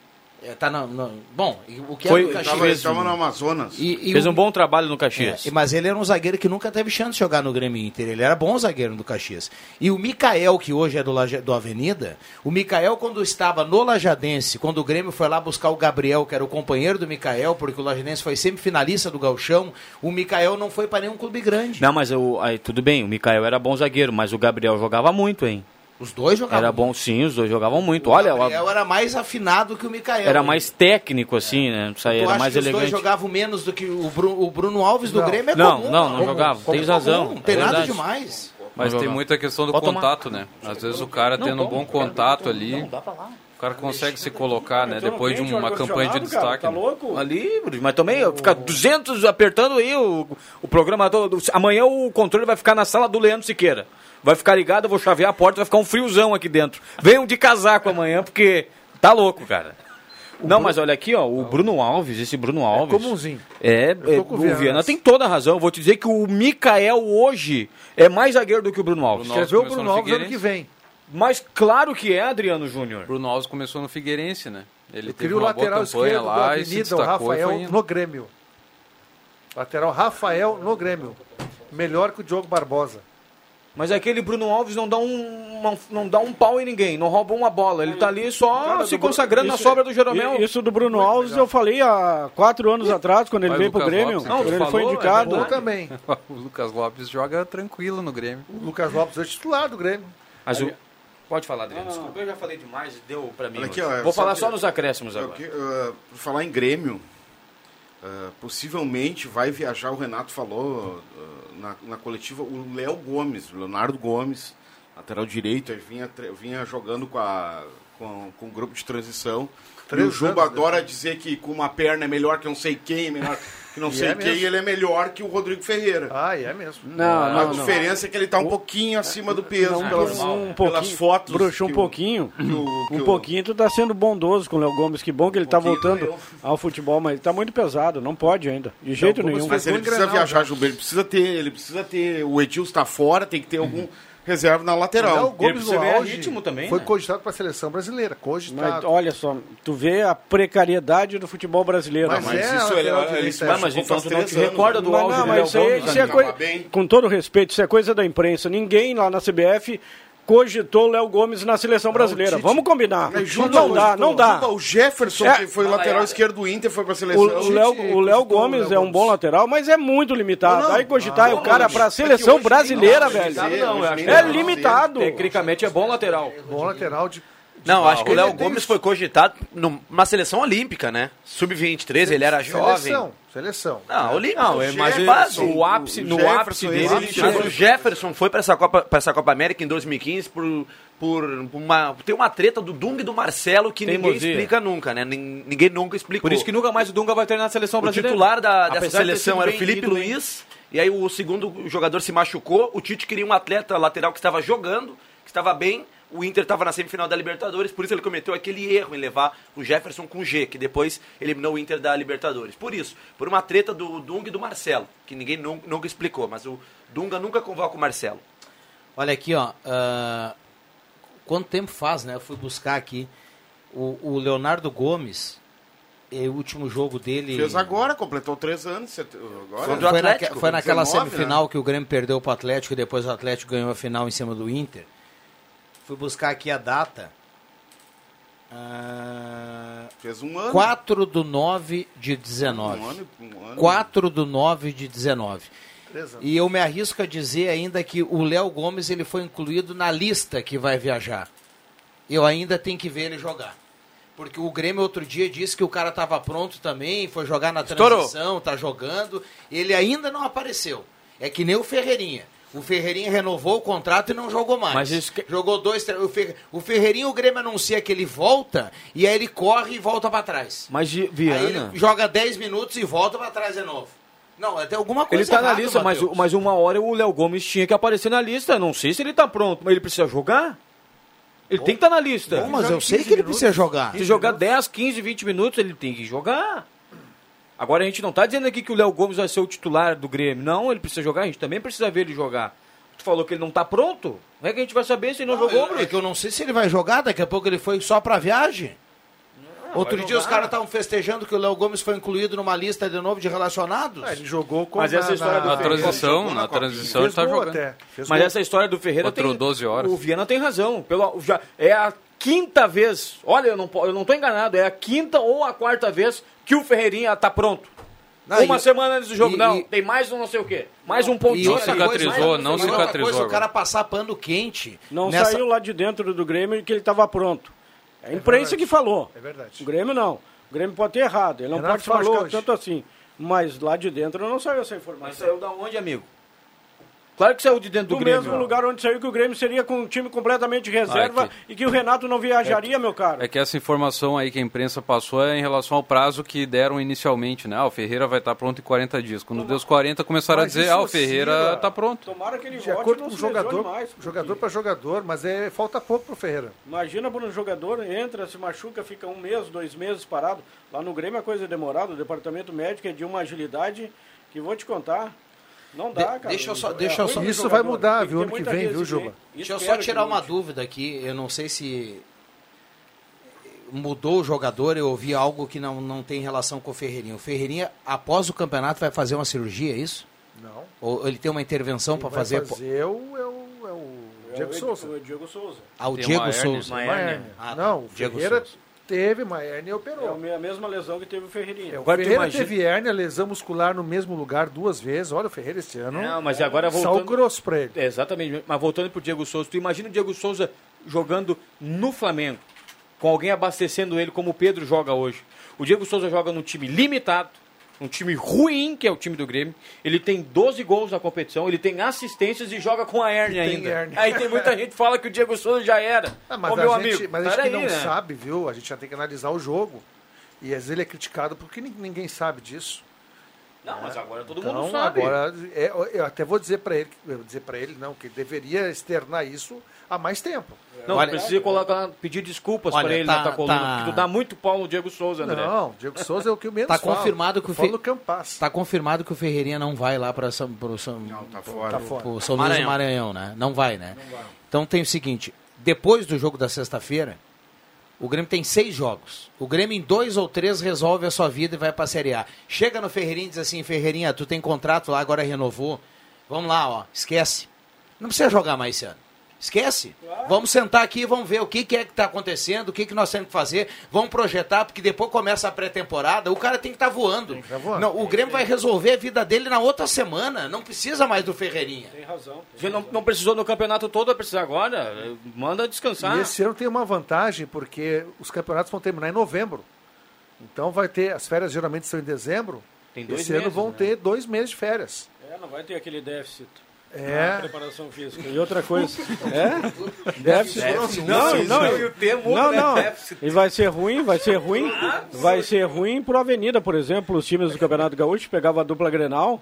S1: É, tá na- na- bom, e o que
S6: Foi-
S1: era do
S6: tava-
S1: Caxias...
S6: tava no
S8: Amazonas.
S1: E,
S6: Fez um bom trabalho no
S1: Caxias.
S6: Caxias.
S1: mas ele era um zagueiro que nunca teve chance de jogar no Grêmio e Inter. Ele era bom zagueiro do Caxias. E o Mikael, que hoje é do, Laje- do Avenida, o Mikael, quando estava no Lajadense, quando o Grêmio foi lá buscar o Gabriel, que era o companheiro do Mikael, porque o Lajadense foi semifinalista do Galchão, o Mikael não foi para nenhum clube grande.
S6: Não, mas o, aí, tudo bem, o Mikael era bom zagueiro, mas o Gabriel jogava muito, hein?
S1: Os dois jogavam.
S6: Era bom sim, os dois jogavam muito. Olha,
S1: o Gabriel é era mais afinado que o Mikael.
S6: era mais técnico, assim, né? Não sei,
S1: Eu
S6: era
S1: acho
S6: mais
S1: que os
S6: elegante.
S1: dois jogavam menos do que o Bruno, o Bruno Alves do
S6: Não.
S1: Grêmio é
S6: Não,
S1: comum.
S6: não, não
S1: Comum.
S6: jogava.
S1: Comum.
S6: Tens razão.
S1: Não tem
S6: É
S1: nada
S6: verdade.
S1: demais.
S5: Mas
S6: Não
S5: tem
S6: joga.
S5: muito a questão do
S6: Pode tomar.
S5: contato, né? Às vezes o cara
S6: Não,
S5: tendo um
S6: toma,
S5: bom contato ali, o cara consegue se colocar, né? Depois de uma campanha de destaque.
S6: Tá
S5: né?
S1: um
S6: Ali, Bruno, mas também eu ficar 200 apertando aí o, o programador. do- Amanhã o controle vai ficar na sala do Leandro Siqueira. Vai ficar ligado, eu vou chavear a porta, vai ficar um friozão aqui dentro. Venham de casaco amanhã, porque tá louco, cara. Não, mas olha aqui, ó, o Bruno Alves, esse Bruno Alves.
S3: comumzinho.
S6: É,
S3: Eu
S6: é,
S3: tô com
S6: o
S3: o Viana.
S6: Viana tem toda a razão. Eu Vou te dizer que o Mikael hoje é mais zagueiro do que o Bruno Alves.
S5: Bruno Alves começou no Figueirense.
S3: vem.
S6: Mas claro que é, Adriano Júnior.
S5: Bruno Alves começou no Figueirense, né? Ele teve
S3: Queria o
S5: uma boa
S3: lateral
S5: campanha
S3: esquerdo da
S5: lá e se
S3: Avenida, o
S5: destacou e foi
S3: Rafael
S5: indo.
S3: no Grêmio. Lateral Rafael no Grêmio. Melhor que o Diogo Barbosa.
S6: Mas aquele Bruno Alves não dá um, uma- não dá um pau em ninguém, não rouba uma bola. Ele tá ali só
S7: Cara,
S6: se
S7: do Bru-
S6: consagrando na
S7: isso- é-
S6: sobra do Jeromel.
S7: i- Isso do Bruno Alves eu falei há quatro anos atrás, quando ele
S5: Mas
S7: veio
S5: Lucas
S7: pro Grêmio.
S5: Lopes,
S7: quando
S5: então,
S7: ele
S5: falou,
S7: foi
S5: é
S7: indicado.
S6: né?
S5: verdade.
S3: Também.
S5: o Lucas Lopes joga tranquilo no Grêmio.
S3: O Lucas Lopes é titular do Grêmio.
S6: Mas o- Pode falar, Adriano.
S8: Não, não,
S6: Desculpa, eu já falei demais, deu pra mim.
S8: Olha aqui,
S6: hoje.
S8: ó, é
S6: Vou falar
S8: que-
S6: só nos acréscimos
S8: eu
S6: agora.
S8: que- ah, por falar em Grêmio, ah, possivelmente vai viajar, o Renato falou ah, na, na coletiva, o Léo Gomes, o Leonardo Gomes, lateral direito, ele vinha, tre- vinha jogando com, a, com, com o grupo de transição.
S3: Três
S8: e o Juba
S3: anos, né?
S8: adora dizer que com uma perna é melhor que não sei quem, melhor que não
S3: E
S8: sei
S3: é
S8: quem,
S3: mesmo.
S8: ele é melhor que o Rodrigo Ferreira.
S3: Ah, e é mesmo.
S7: Não,
S8: a
S7: não, não.
S8: diferença é que ele está um pouquinho acima do peso,
S7: Não,
S8: pelas,
S7: bruxou um
S8: pelas
S7: pouquinho-
S8: fotos.
S7: Bruxou um
S8: que o-
S7: pouquinho.
S8: que o- que
S7: Um
S8: o-
S7: pouquinho, tu tá sendo bondoso com o Léo Gomes. Que bom que ele tá
S8: pouquinho
S7: voltando
S8: eu.
S7: ao futebol, mas ele tá muito pesado, não pode ainda. De jeito
S3: Gomes
S7: nenhum.
S8: Mas ele precisa viajar, Gilberto. Ele precisa ter. Ele precisa ter. O Edilson tá fora, tem que ter algum reserva na lateral.
S3: Léo
S8: Ele
S3: Gomes
S8: precisa
S3: no
S8: ganhar
S3: auge
S8: ritmo também,
S3: foi
S8: né?
S3: cogitado para a seleção brasileira.
S7: Mas
S3: Cogitado.
S7: olha só, tu vê a precariedade do futebol brasileiro.
S3: Mas Mas é, isso ele- lateral ele- direito, ele- é.
S6: mas
S3: Ficou
S6: então
S3: faz
S6: tu não
S3: três
S6: te
S3: anos,
S6: recorda do
S7: Mas
S6: auge
S7: não,
S6: do
S7: mas
S6: Léo
S7: isso aí-
S6: Gomes,
S7: isso é
S6: né?
S7: coi- Com todo respeito, isso é coisa da imprensa. Ninguém lá na CBF cogitou o Léo Gomes na seleção brasileira.
S8: Tite-
S7: Vamos combinar.
S8: Mas Juba
S7: Não dá,
S8: cogitou.
S7: não dá.
S8: Juba, O é Jefferson,
S7: É.
S8: que foi lateral esquerdo do Inter, foi pra
S7: O,
S8: seleção.
S7: o Léo, o Léo Gomes é um bom lateral, mas é muito limitado.
S8: Não, não.
S7: Aí cogitar
S8: Ah,
S7: o cara
S8: hoje-
S7: pra
S8: é que
S7: seleção
S8: hoje
S7: brasileira,
S8: não,
S7: velho.
S8: hoje não, eu acho que
S7: é
S8: não.
S7: limitado.
S6: Tecnicamente é bom lateral.
S3: Bom lateral de.
S9: Não, acho que o
S3: ele é
S9: Léo
S3: tem
S9: Gomes
S3: isso.
S9: foi cogitado num- na seleção olímpica, né? Sub-23, ele era jovem.
S3: Seleção. Seleção.
S9: Não, olímpico.
S6: Não, é, mas
S9: Jefferson,
S6: o o ápice,
S8: o
S6: no
S8: Jefferson,
S6: ápice
S8: o
S6: dele ele
S8: Jefferson.
S9: Mas
S6: chegou.
S9: o Jefferson foi pra essa Copa, pra essa Copa América em 2015 por, por uma tem uma treta do Dunga e do Marcelo que ninguém
S6: Teimosia.
S9: explica nunca, né? Nin- Ninguém nunca explicou.
S6: Por isso que nunca mais o Dunga vai treinar a seleção
S9: o
S6: brasileira.
S9: titular da, dessa
S6: Apesar de ter
S9: seleção
S6: sido
S9: era o
S6: bem
S9: Felipe
S6: ido, né?
S9: Luiz e aí o segundo jogador se machucou. O Tite queria um atleta lateral que estava jogando, que estava bem. O Inter estava na semifinal da Libertadores, por isso ele cometeu aquele erro em levar o Jefferson com G, que depois eliminou o Inter da Libertadores. Por isso, por uma treta do Dunga e do Marcelo, que ninguém nu- nunca explicou, mas o Dunga nunca convoca o Marcelo.
S1: Olha aqui, ó. ah, quanto tempo faz, né? Eu fui buscar aqui. O, o Leonardo Gomes, é, o último jogo dele.
S8: Fez agora, completou três anos. set- Agora.
S9: Contra o
S1: Foi, naque-
S9: Atlético,
S1: foi naquela
S8: 19,
S1: semifinal que o Grêmio perdeu pro Atlético e depois o Atlético ganhou a final em cima do Inter. Fui buscar aqui a data. Ah,
S8: Fez um ano.
S1: 4 do 9 de
S8: Um
S1: 19.
S8: ano, um ano.
S1: 4 do 9 de 19.
S3: Três anos.
S1: E eu me arrisco a dizer ainda que o Léo Gomes ele foi incluído na lista que vai viajar. Eu ainda tenho que ver ele jogar. Porque o Grêmio outro dia disse que o cara estava pronto também, foi jogar na
S9: Estourou.
S1: transição, tá jogando. Ele ainda não apareceu. É que nem o Ferreirinha. O Ferreirinha renovou o contrato e não jogou mais.
S6: Mas isso que-
S1: Jogou dois, três. O, Fer... o Ferreirinha, o Grêmio anuncia que ele volta, e aí ele corre e volta para trás.
S6: Mas de-
S1: Aí
S6: Viana.
S1: ele joga 10 minutos e volta pra trás de novo. Não, até alguma coisa
S6: Ele tá na
S1: errada,
S6: lista, mas,
S1: Matheus.
S6: mas uma hora o Léo Gomes tinha que aparecer na lista. Não sei se ele tá pronto, mas ele precisa jogar. Ele tem que estar na lista.
S1: Não, mas eu sei que ele precisa jogar.
S6: Se jogar 10, 15, 20 minutos, ele tem que jogar. Agora a gente não tá dizendo aqui que o Léo Gomes vai ser o titular do Grêmio. Não, ele precisa jogar, a gente também precisa ver ele jogar. Tu falou que ele não tá pronto? Como é que a gente vai saber se ele não,
S1: Não,
S6: jogou,
S1: eu-
S6: Bruno?
S1: é que eu não sei se ele vai jogar, daqui a pouco ele foi só pra viagem. Outro
S3: vai
S1: dia os
S3: jogar.
S1: caras estavam festejando que o Léo Gomes foi incluído numa lista de novo de relacionados.
S3: ele jogou
S1: com
S6: Mas essa história do Ferreira-
S5: tá
S6: Fez gol até. Mas essa história do Ferreira
S5: Outro
S6: tem
S5: 12 horas.
S6: O Viana tem razão. Pelo, já, é a quinta vez. Olha, eu não, po- eu não tô enganado. É a quinta ou a quarta vez que o Ferreirinha tá pronto.
S1: Não,
S6: Uma
S1: e-
S6: semana antes do jogo,
S1: e-
S6: não.
S1: e-
S6: Tem mais um não sei o quê. Mais um pontinho.
S1: outra
S6: ali.
S5: cicatrizou,
S6: Mais um
S5: não
S6: sei o quê.
S7: cicatrizou.
S1: Outra coisa, o
S7: agora.
S1: cara passar pano quente.
S7: Não
S1: nessa-
S7: saiu lá de dentro do Grêmio que ele estava pronto. É a imprensa
S3: verdade.
S7: que falou.
S3: É verdade.
S7: O Grêmio não. O Grêmio pode ter errado. Ele não
S3: Renato
S7: pode
S3: se machucou
S7: falou
S3: hoje.
S7: tanto assim. Mas lá de dentro não saiu essa informação. Mas
S6: saiu da onde, amigo? Claro que saiu de dentro do
S7: do
S6: Grêmio.
S7: mesmo lugar onde saiu que o Grêmio seria com um time completamente reserva
S5: Ah, é que-
S7: e que o Renato não viajaria, meu caro.
S5: É que essa informação aí que a imprensa passou é em relação ao prazo que deram inicialmente, né? Ah, o Ferreira vai estar pronto em 40 dias. Quando deu os 40, começaram a
S3: Mas
S5: dizer,
S3: isso
S5: ah, o
S3: oscila.
S5: Ferreira tá pronto.
S7: Tomara que ele
S3: De
S7: volte e
S3: acordo
S7: não
S3: com o
S7: se jogador
S3: jogador,
S7: mais.
S3: jogador para jogador, mas é, falta pouco pro Ferreira.
S7: Imagina por um jogador, entra, se machuca, fica um mês, dois meses parado. Lá no Grêmio a coisa é demorada, o departamento médico é de uma agilidade que vou te contar. Não dá,
S1: De-
S7: cara.
S1: deixa eu só-
S7: É
S1: deixa eu
S7: ruim
S1: só-
S7: pro
S1: Isso
S3: vai
S7: jogador.
S3: mudar,
S7: Tem
S3: viu,
S7: ter
S3: ano que
S7: muita
S3: vem, viu,
S7: resiliência.
S3: Juba?
S1: Deixa eu só
S7: Espero que
S1: tirar
S7: mude.
S1: uma dúvida aqui. Eu não sei se mudou o jogador, eu ouvi algo que não, não tem relação com o Ferreirinha. O Ferreirinha, após o campeonato, vai fazer uma cirurgia, é isso?
S3: Não.
S1: Ou ele tem uma intervenção para
S3: Quem vai
S1: fazer?
S3: fazer o- é o, é o Diego
S7: É o-
S3: Souza.
S7: o Diego Souza.
S1: Ah, o
S5: Tem
S1: Diego
S5: uma hérnia,
S1: Souza.
S5: uma
S3: Uma hérnia. não, o
S1: Diego
S3: Ferreira
S1: Souza.
S3: teve uma hérnia e
S7: É
S3: operou. É,
S7: a mesma lesão que teve o Ferreirinha.
S3: O
S6: Agora tu
S3: Ferreira
S6: imagina-
S3: teve hérnia, lesão muscular no mesmo lugar duas vezes. Olha, o Ferreira esse ano.
S6: Não, mas agora
S3: Sal
S6: É, voltando-
S3: grosso pra ele.
S6: É, exatamente. Mas voltando pro Diego Souza, tu imagina o Diego Souza jogando no Flamengo, com alguém abastecendo ele como o Pedro joga hoje. O Diego Souza joga num time limitado, um time ruim, que é o time do Grêmio. Ele tem 12 gols na competição, ele tem assistências e joga com a hérnia
S3: Tem
S6: ainda.
S3: hérnia.
S6: Aí tem muita gente que fala que o Diego Souza já era.
S3: Ah, mas
S6: Ô,
S3: a
S6: meu
S3: gente,
S6: amigo,
S3: mas a gente que
S6: peraí,
S3: não
S6: né?
S3: sabe, viu? A gente já tem que analisar o jogo. E às vezes ele é criticado porque nin- ninguém sabe disso.
S6: Não, mas agora todo
S3: Então,
S6: mundo sabe.
S3: agora, é, eu até vou dizer pra ele, eu vou dizer para ele não, que ele deveria externar isso há mais tempo.
S6: Não,
S1: Olha-
S6: precisa colocar, pedir desculpas
S1: Olha,
S6: pra ele
S1: tá-
S6: na tua coluna,
S1: tá-
S6: porque tu dá muito pau no Diego Souza, André.
S3: Não, Diego Souza é o que eu menos
S1: Tá
S3: falo.
S1: confirmado que o
S3: Eu falo
S1: Fe-
S3: do Campas.
S1: Tá confirmado que o Ferreirinha não vai lá para São, pro São, não,
S8: tá fora.
S3: Tá fora.
S1: Tipo, São Luís do
S9: Maranhão.
S1: Maranhão, né? Não vai, né? Então tem o seguinte: depois do jogo da sexta-feira, o Grêmio tem seis jogos. O Grêmio em dois ou três resolve a sua vida e vai pra Série A. Chega no Ferreirinha e diz assim: Ferreirinha, tu tem contrato lá, agora renovou. Vamos lá, ó, esquece. Não precisa jogar mais esse ano. Esquece. Vamos sentar aqui e vamos ver o que, que é que está acontecendo, o que, que nós temos que fazer. Vamos projetar, porque depois começa a pré-temporada. O cara tem que estar voando.
S3: tá voando.
S1: Não, o Grêmio vai resolver a vida dele na outra semana. Não precisa mais do Ferreirinha.
S7: Tem razão.
S6: Você não, não precisou no campeonato todo, vai precisar agora. Manda descansar.
S3: E esse ano tem uma vantagem, porque os campeonatos vão terminar em novembro. Então vai ter, as férias geralmente são em dezembro.
S6: Tem dois
S3: esse ano
S6: meses,
S3: vão
S6: né?
S3: ter dois meses de férias.
S7: É, não vai ter aquele déficit.
S8: Ah,
S7: na
S3: É.
S7: Preparação física. E outra coisa. é? Déficit. Não,
S6: Não, não, e o termo
S7: Não,
S6: né?
S7: não.
S6: Déficit.
S7: E vai ser ruim, vai ser ruim. Vai ser ruim pro Avenida, por exemplo. Os times do Campeonato Gaúcho pegavam a dupla Grenal.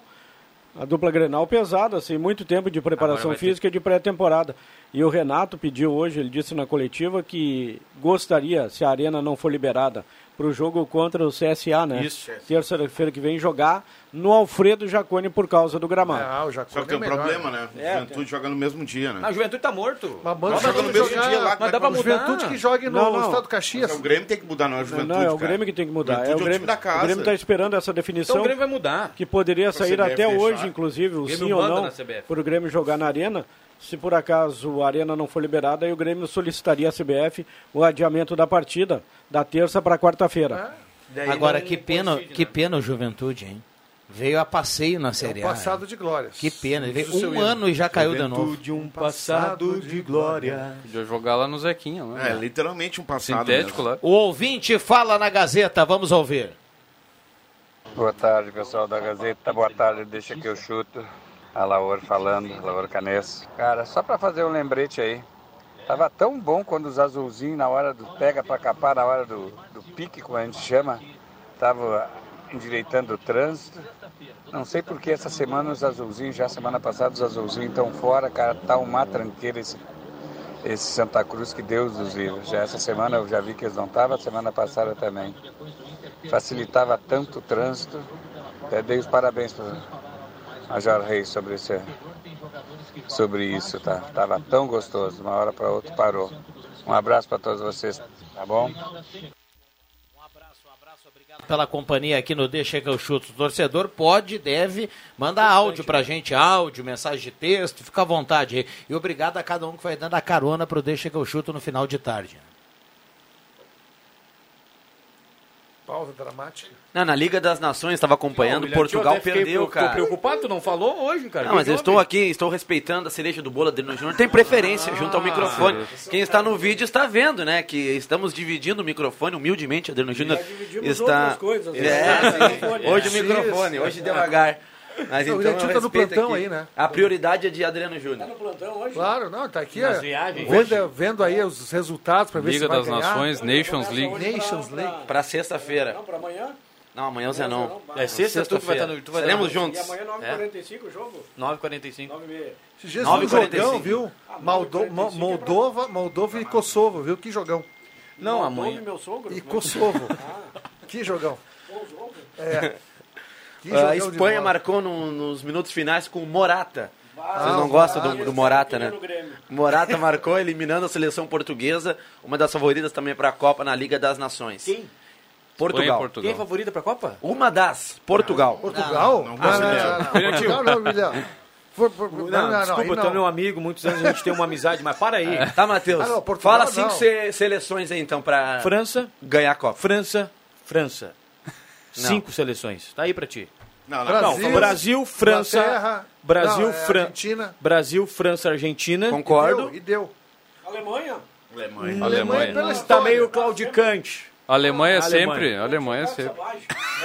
S7: A dupla Grenal pesada, assim, muito tempo de preparação
S5: vai ter.
S7: física e de pré-temporada. E o Renato pediu hoje, ele disse na coletiva que gostaria, se a arena não for liberada, para o jogo contra o CSA, né?
S6: Isso.
S7: Terça-feira que vem jogar no Alfredo Jacone por causa do gramado.
S3: Ah, o Jacó
S8: Só que tem
S3: é
S8: um
S3: melhor.
S8: problema, né?
S6: É,
S8: Juventude joga no mesmo dia,
S6: A
S8: né?
S6: juventude tá morto.
S3: Mas manda
S8: Joga
S3: joga
S8: no
S3: no
S8: mesmo
S3: jogar-
S8: dia lá. tá
S6: Mas dá pra
S3: O
S6: mudar.
S3: Juventude que joga no
S7: Não, não.
S3: Estado do Caxias.
S8: Mas É, O Grêmio tem que mudar, não é a Juventude,
S7: Não, é o
S8: cara.
S7: Grêmio que tem que mudar.
S8: Juventude
S7: É
S8: é
S7: o
S8: o time
S7: Grêmio.
S8: da casa.
S7: O Grêmio está esperando essa definição.
S6: Então o Grêmio vai mudar.
S7: que poderia
S8: Pra
S7: sair
S8: CBF
S7: até
S8: deixar.
S7: hoje, inclusive, o
S6: Grêmio
S7: sim ou
S6: manda
S7: não,
S6: na CBF.
S7: para o Grêmio jogar na Arena. Se por acaso a Arena não for liberada, aí o Grêmio solicitaria à CBF o adiamento da partida, da terça para
S6: É.
S7: quarta-feira.
S6: Daí
S1: Agora,
S6: não
S1: que pena,
S6: coincide,
S1: que
S6: né?
S1: pena o Juventude, hein? Veio a passeio na
S3: É
S1: Série
S3: um
S1: A.
S3: passado de glórias.
S1: Ah, Que pena. Ele
S3: Diz
S1: veio
S3: o seu
S1: um
S3: hino.
S1: ano e já caiu de novo.
S6: Juventude, um passado de glória.
S5: Podia jogar lá no Zequinha, lá,
S8: É,
S5: né?
S8: literalmente um passado
S5: Sintético
S8: mesmo.
S5: lá.
S1: O ouvinte fala na Gazeta, vamos ouvir.
S10: Boa tarde, pessoal da Gazeta. Boa tarde, deixa que eu chuto. A Laor falando, Laor Canesso. Cara, só pra fazer um lembrete aí. Tava tão bom quando os azulzinhos, na hora do pega pra capar, na hora do, do pique, como a gente chama, tava endireitando o trânsito. Não sei por que essa semana os azulzinhos, já semana passada os azulzinhos estão fora, cara. Tá uma tranqueira esse, esse Santa Cruz, que Deus nos livre. Já essa semana eu já vi que eles não estavam, semana passada também facilitava tanto o trânsito. Até dei os parabéns para Major Reis sobre esse, sobre isso, tá? Tava tão gostoso, de uma hora para outra parou. Um abraço para todos vocês, tá bom?
S1: Um pela companhia aqui no Deixa que eu chuto. O torcedor pode, deve, mandar áudio
S6: né?
S1: pra gente, áudio, mensagem de texto, fica à vontade. aí. E obrigado a cada um que vai dando a carona pro Deixa que eu chuto no final de tarde. né?
S3: Pausa dramática.
S9: Não, na Liga das Nações, estava acompanhando, Portugal perdeu,
S6: Tô
S9: cara.
S6: preocupado, tu não falou hoje, cara.
S9: Não, mas eu estou aqui, estou respeitando a cereja do bolo, Adriano Júnior. Tem preferência junto
S6: Ah,
S9: ao microfone. Quem está no vídeo está vendo, né? Que estamos dividindo o microfone humildemente,
S3: É,
S9: Adriano Júnior.
S7: dividimos
S9: Está.
S7: outras coisas, né?
S9: É, sim.
S7: Microfone.
S9: Hoje o
S7: Isso.
S9: microfone, hoje devagar. Mas
S3: Não,
S9: então,
S3: o
S9: eu
S3: Netinho tá no
S9: respeito
S3: plantão
S9: aqui.
S3: aí, né?
S9: A prioridade é de Adriano Júnior.
S3: Claro, não, tá aqui.
S9: Nas
S3: ó,
S9: viagens,
S3: vendo, vendo aí os resultados para ver se
S5: Liga
S3: vai
S5: das
S3: ganhar.
S5: Nações, Nations League.
S3: Nations League.
S9: Pra sexta-feira. Não,
S7: pra amanhã?
S9: Não, amanhã o Zé não.
S6: É sexta, tu que vai estar no- tu vai estar no-
S9: Seremos juntos.
S6: E amanhã
S7: É 9h45 o jogo?
S6: 9h45.
S7: 9h30.
S3: Esses dias foi um jogão, viu? Maldo- Mo- Moldova, Moldova e Kosovo, viu? Que jogão.
S6: Não,
S7: amanhã. Meu sogro, né?
S3: E Kosovo. Que jogão. É. Que
S9: Ah, a
S3: jogão de
S9: Espanha
S3: bola.
S9: marcou no- nos minutos finais com o Morata. Vocês
S3: Ah,
S9: não
S3: o
S9: gostam do,
S3: Morata.
S9: do Morata, né?
S3: Ele no Grêmio.
S9: Morata marcou, eliminando a seleção portuguesa, uma das favoritas também para a Copa na Liga das Nações. Quem? Portugal.
S6: Quem é favorita pra Copa?
S9: Uma das, Portugal.
S3: Portugal?
S9: Não, não,
S3: Ah,
S9: não, não,
S3: Portugal não, Milhão. For- for- for-
S6: Não,
S3: não, não,
S6: desculpa,
S3: aí
S6: tu é meu amigo, muitos anos a gente tem uma amizade, mas para aí.
S9: Tá, Matheus?
S6: Ah, não, Portugal
S9: Fala cinco
S6: não.
S9: se- seleções aí, então, para
S6: França.
S9: ganhar a Copa.
S6: França, França.
S9: Não.
S6: Cinco seleções. Tá aí pra ti.
S9: Não,
S3: não. Brasil,
S6: Brasil, França.
S3: Inglaterra.
S6: Brasil,
S3: Não, é
S6: Fran-
S3: Argentina.
S6: Brasil, França, Argentina.
S3: E deu.
S7: Alemanha?
S5: Alemanha.
S6: Alemanha.
S5: Alemanha,
S6: Tá meio claudicante.
S5: Alemanha é
S6: Alemanha.
S5: sempre. Alemanha sempre.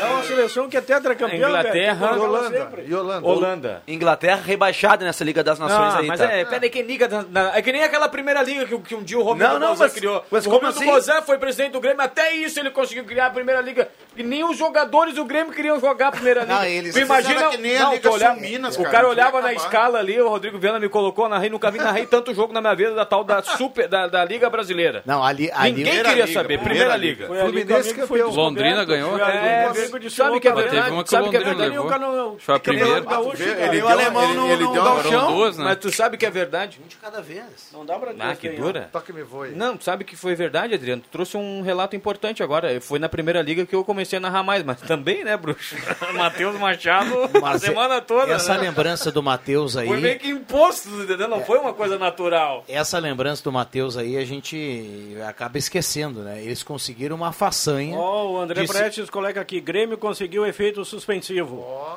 S7: É uma seleção que é tetracampeã.
S6: Inglaterra.
S7: velho.
S3: E Holanda.
S6: Holanda.
S9: Inglaterra rebaixada nessa Liga das Nações
S6: Ah,
S9: aí,
S6: mas
S9: tá?
S6: é, peraí, quem liga? na- na- é que nem aquela primeira liga que, que um dia o Romildo
S9: Não, não,
S6: Bozan
S9: mas-
S6: criou.
S9: mas
S6: o
S9: como
S6: Romildo
S9: assim?
S6: Bozan foi presidente do Grêmio, até isso ele conseguiu criar a primeira liga. E nem os jogadores do Grêmio queriam jogar a primeira liga.
S8: Não, Ah, eles-
S6: Tu imagina,
S8: Era que nem a
S6: não,
S8: Liga
S6: tu olhava-
S8: Sul Minas,
S6: o
S8: cara,
S6: cara,
S8: não queria
S6: olhava na
S8: acabar.
S6: escala ali, o Rodrigo Viana me colocou na rei, nunca vi na rei tanto jogo na minha vida da tal da super da, da Liga Brasileira.
S1: Não, ali,
S6: Ninguém queria saber, primeira, liga.
S7: Foi ali que o
S3: Fluminense
S7: amigo foi
S3: campeão.
S7: descoberto,
S5: Londrina ganhou. né?
S7: foi ali
S6: É,
S7: o amigo de
S6: sabe que é
S7: Silva
S6: verdade?
S5: Teve uma que o
S6: sabe que é
S5: Londrina
S6: verdade?
S5: levou.
S6: O Cano-
S5: Foi a primeira.
S7: Gaúcho,
S8: Ele
S7: cara.
S8: deu-
S9: o alemão
S8: ele-
S9: no-
S8: ele
S9: no
S8: deu-
S9: gauchão.
S5: Foram duas, né?
S6: Então, Mas tu sabe que é verdade?
S1: Um de cada vez.
S7: Não dá pra dizer
S6: Ah, que
S7: quem é.
S6: dura.
S3: Toca e me voe.
S6: Não, tu sabe que foi verdade, Adriano. Tu trouxe um relato importante agora. Foi na primeira liga que eu comecei a narrar mais, mas também, né, bruxo? Matheus Machado, a semana toda.
S1: Essa
S6: né?
S1: lembrança do Matheus aí.
S6: Foi meio que imposto, entendeu? Então Não foi uma coisa natural.
S1: Essa lembrança do Matheus aí a gente acaba esquecendo, né? Eles conseguiram uma
S6: É.
S1: façanha.
S7: Ó, o André
S1: Disse-
S7: Prestes, colega aqui, Grêmio conseguiu efeito suspensivo.
S3: Ó,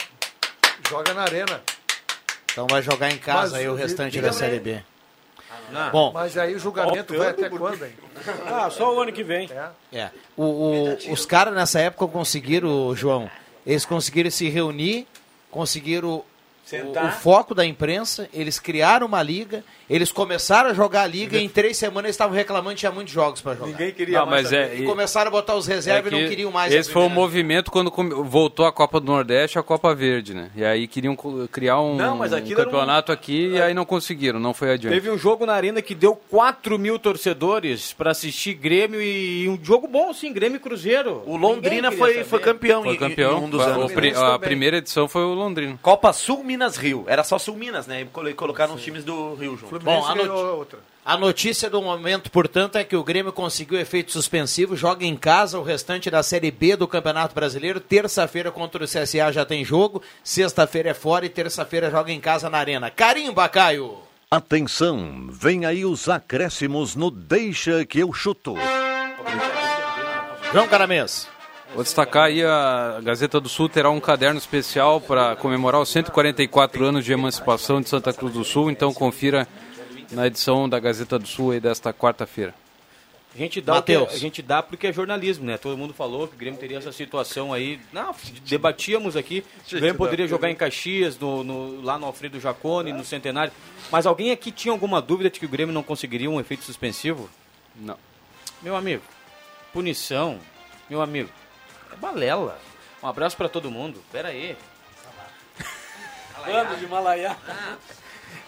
S3: joga na arena.
S1: Então vai jogar em casa
S3: Mas
S1: aí o
S3: o-
S1: restante
S3: diga
S1: da
S3: pra
S1: Série
S3: ele.
S1: B. Bom,
S3: Mas aí o julgamento vai até quando, hein?
S7: Ah, só o ano que vem.
S3: É.
S1: É. O- o- os caras nessa época conseguiram, João, eles conseguiram se reunir, conseguiram o, o foco da imprensa, eles criaram uma liga, eles começaram a jogar a liga e em três semanas eles estavam reclamando que tinha muitos jogos para jogar.
S6: Ninguém queria
S5: Não,
S6: mais.
S5: mas
S6: saber.
S5: é.
S1: E
S5: e-
S1: começaram a botar os
S5: é
S1: reservas e
S5: que
S1: não queriam mais.
S5: esse
S1: a
S5: foi o
S1: primeira.
S5: movimento quando come- voltou a Copa do Nordeste e a Copa Verde, né? E aí queriam co- criar um,
S6: Não, mas
S5: um
S6: aquilo era um-
S5: campeonato aqui e aí não conseguiram, não foi adiante.
S6: Teve um jogo na arena que deu 4 mil torcedores pra assistir Grêmio e um jogo bom, sim, Grêmio e Cruzeiro.
S9: O Londrina
S6: Ninguém queria
S9: foi,
S6: saber.
S9: foi campeão,
S5: Foi
S9: em-
S5: campeão.
S9: em um dos
S5: a-
S9: anos.
S5: o
S9: né?
S5: pri- a primeira edição foi o Londrina.
S9: Copa Sul Minas Rio. Era só Sul Minas, né? E colo- colocaram os times do Rio junto.
S3: Fluminense
S1: Bom, a
S3: ganhou outra.
S1: A notícia do momento, portanto, é que o Grêmio conseguiu efeito suspensivo, joga em casa o restante da Série B do Campeonato Brasileiro. Terça-feira contra o CSA já tem jogo, sexta-feira é fora e terça-feira joga em casa na Arena. Carimba, Caio!
S11: Atenção, vem aí os acréscimos no Deixa que eu chuto.
S1: João Caramês.
S5: Vou destacar aí a Gazeta do Sul terá um caderno especial para comemorar os 144 anos de emancipação de Santa Cruz do Sul, então confira na edição da Gazeta do Sul aí desta quarta-feira.
S6: A gente dá, o que-
S1: Matheus.
S6: a gente dá porque é jornalismo, né? Todo mundo falou que o Grêmio teria essa situação aí. Não, debatíamos aqui. O Grêmio poderia jogar em Caxias, no, no- lá no Alfredo Jacone, no Centenário. Mas alguém aqui tinha alguma dúvida de que o Grêmio não conseguiria um efeito suspensivo?
S5: Não.
S6: Meu amigo, punição, meu amigo, é balela. Um abraço pra todo mundo. Pera aí.
S7: Bando de Malaiá.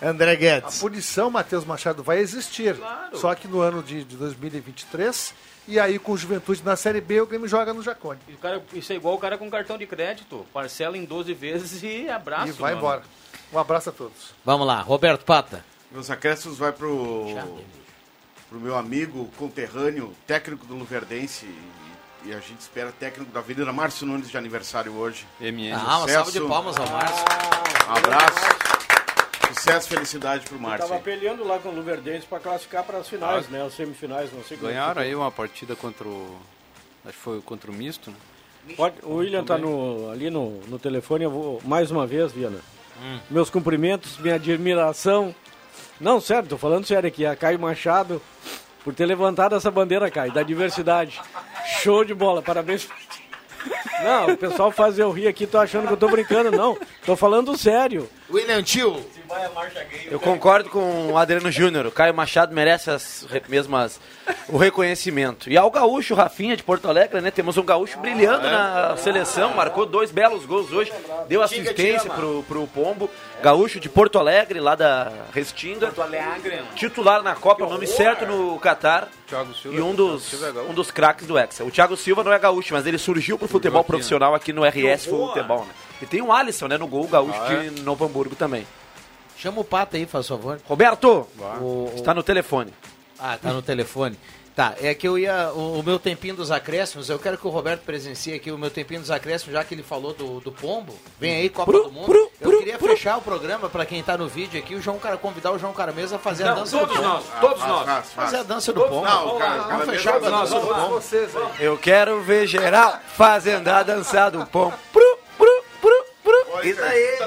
S1: André
S3: A
S1: Guedes.
S3: punição, Matheus Machado, vai existir. Só que no ano de, de 2023, e aí com o Juventude na Série B, o Grêmio joga no Jacone.
S6: E o cara- isso é igual o cara com cartão de crédito. Parcela em 12 vezes e
S7: Ah,
S6: abraço.
S3: e vai
S6: mano.
S3: embora. Um abraço a todos.
S1: Vamos lá, Roberto Pata.
S8: Meus acréscimos vai pro, pro meu amigo conterrâneo, técnico do Luverdense e E a gente espera técnico da Avenida Márcio Nunes de aniversário hoje.
S5: MN.
S1: Ah, uma salva de palmas ao Márcio.
S8: Um abraço. Sucesso, felicidade pro
S7: Eu
S8: Márcio.
S7: tava peleando lá com o Luverdense para classificar para as finais,
S5: Ah.
S7: né? As semifinais, não sei como. é
S5: Ganharam aí uma partida contra o. Acho que foi contra o misto, né?
S7: Pode- o William tá no- ali no, no telefone, eu vou mais uma vez, Viana.
S9: Hum.
S7: Meus cumprimentos, minha admiração. Não, sério, tô falando sério aqui, a Caio Machado, por ter levantado essa bandeira, Caio, da diversidade. Show de bola, parabéns. Não, o pessoal faz eu rir aqui, tô achando que eu tô brincando, não. Tô falando sério.
S1: William Tio.
S9: Eu concordo com o Adriano Júnior. O Caio Machado merece as re- mesmas o reconhecimento. E ao gaúcho, Rafinha de Porto Alegre, né? Temos um gaúcho brilhando na seleção, marcou dois belos gols hoje, deu assistência pro, pro Pombo. Gaúcho de Porto Alegre, lá da Restinga. Titular na Copa, o nome certo no Catar.
S1: é
S9: E um dos, um dos craques do Hexa. O Thiago Silva não é gaúcho, mas ele surgiu pro futebol profissional aqui no RS Futebol, né? E tem o Alisson, né? No gol, o gaúcho
S1: Ah, é?
S9: de Novo Hamburgo também.
S1: Chama o Pato aí, faz favor.
S9: Roberto,
S1: O-
S9: está no telefone.
S1: Ah, tá no telefone. Tá, é que eu ia. O, o meu tempinho dos acréscimos, eu quero que o Roberto presencie aqui o meu tempinho dos acréscimos, já que ele falou do, do pombo. Vem aí, Copa do Mundo. eu queria fechar o programa pra quem tá no vídeo aqui, o João Cara convidar o João Caramês a fazer a
S9: Não,
S1: dança
S9: todos
S1: do pombo.
S9: nós, todos
S1: Ah,
S9: nós.
S1: faz, faz. Fazer a dança do
S9: Todos
S1: pombo.
S9: nós.
S1: Vamos
S9: Não, cara,
S1: lá,
S9: cara,
S1: Vamos fechar a
S9: todos nós,
S1: dança do
S9: todos nós.
S1: pombo.
S9: Eu quero ver geral fazendar dançar do pão. Pru, pru, pru, pru. Isso aí.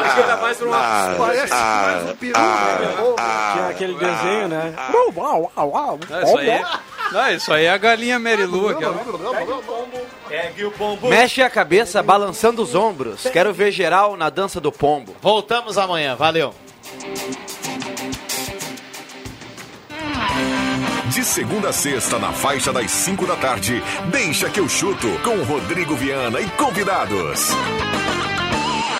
S9: Acho que era mais um pra
S7: Ah,
S9: uma... Parece mais um peru.
S3: né?
S7: Tinha aquele desenho, né?
S5: Não, isso aí, é- não, isso aí é a galinha Merilu. aquela.
S9: Mexe a cabeça balançando os ombros. Quero ver geral na dança do pombo.
S1: Voltamos amanhã, valeu.
S12: De segunda a sexta, na faixa das 5 da tarde, deixa que eu chuto com Rodrigo Viana e convidados.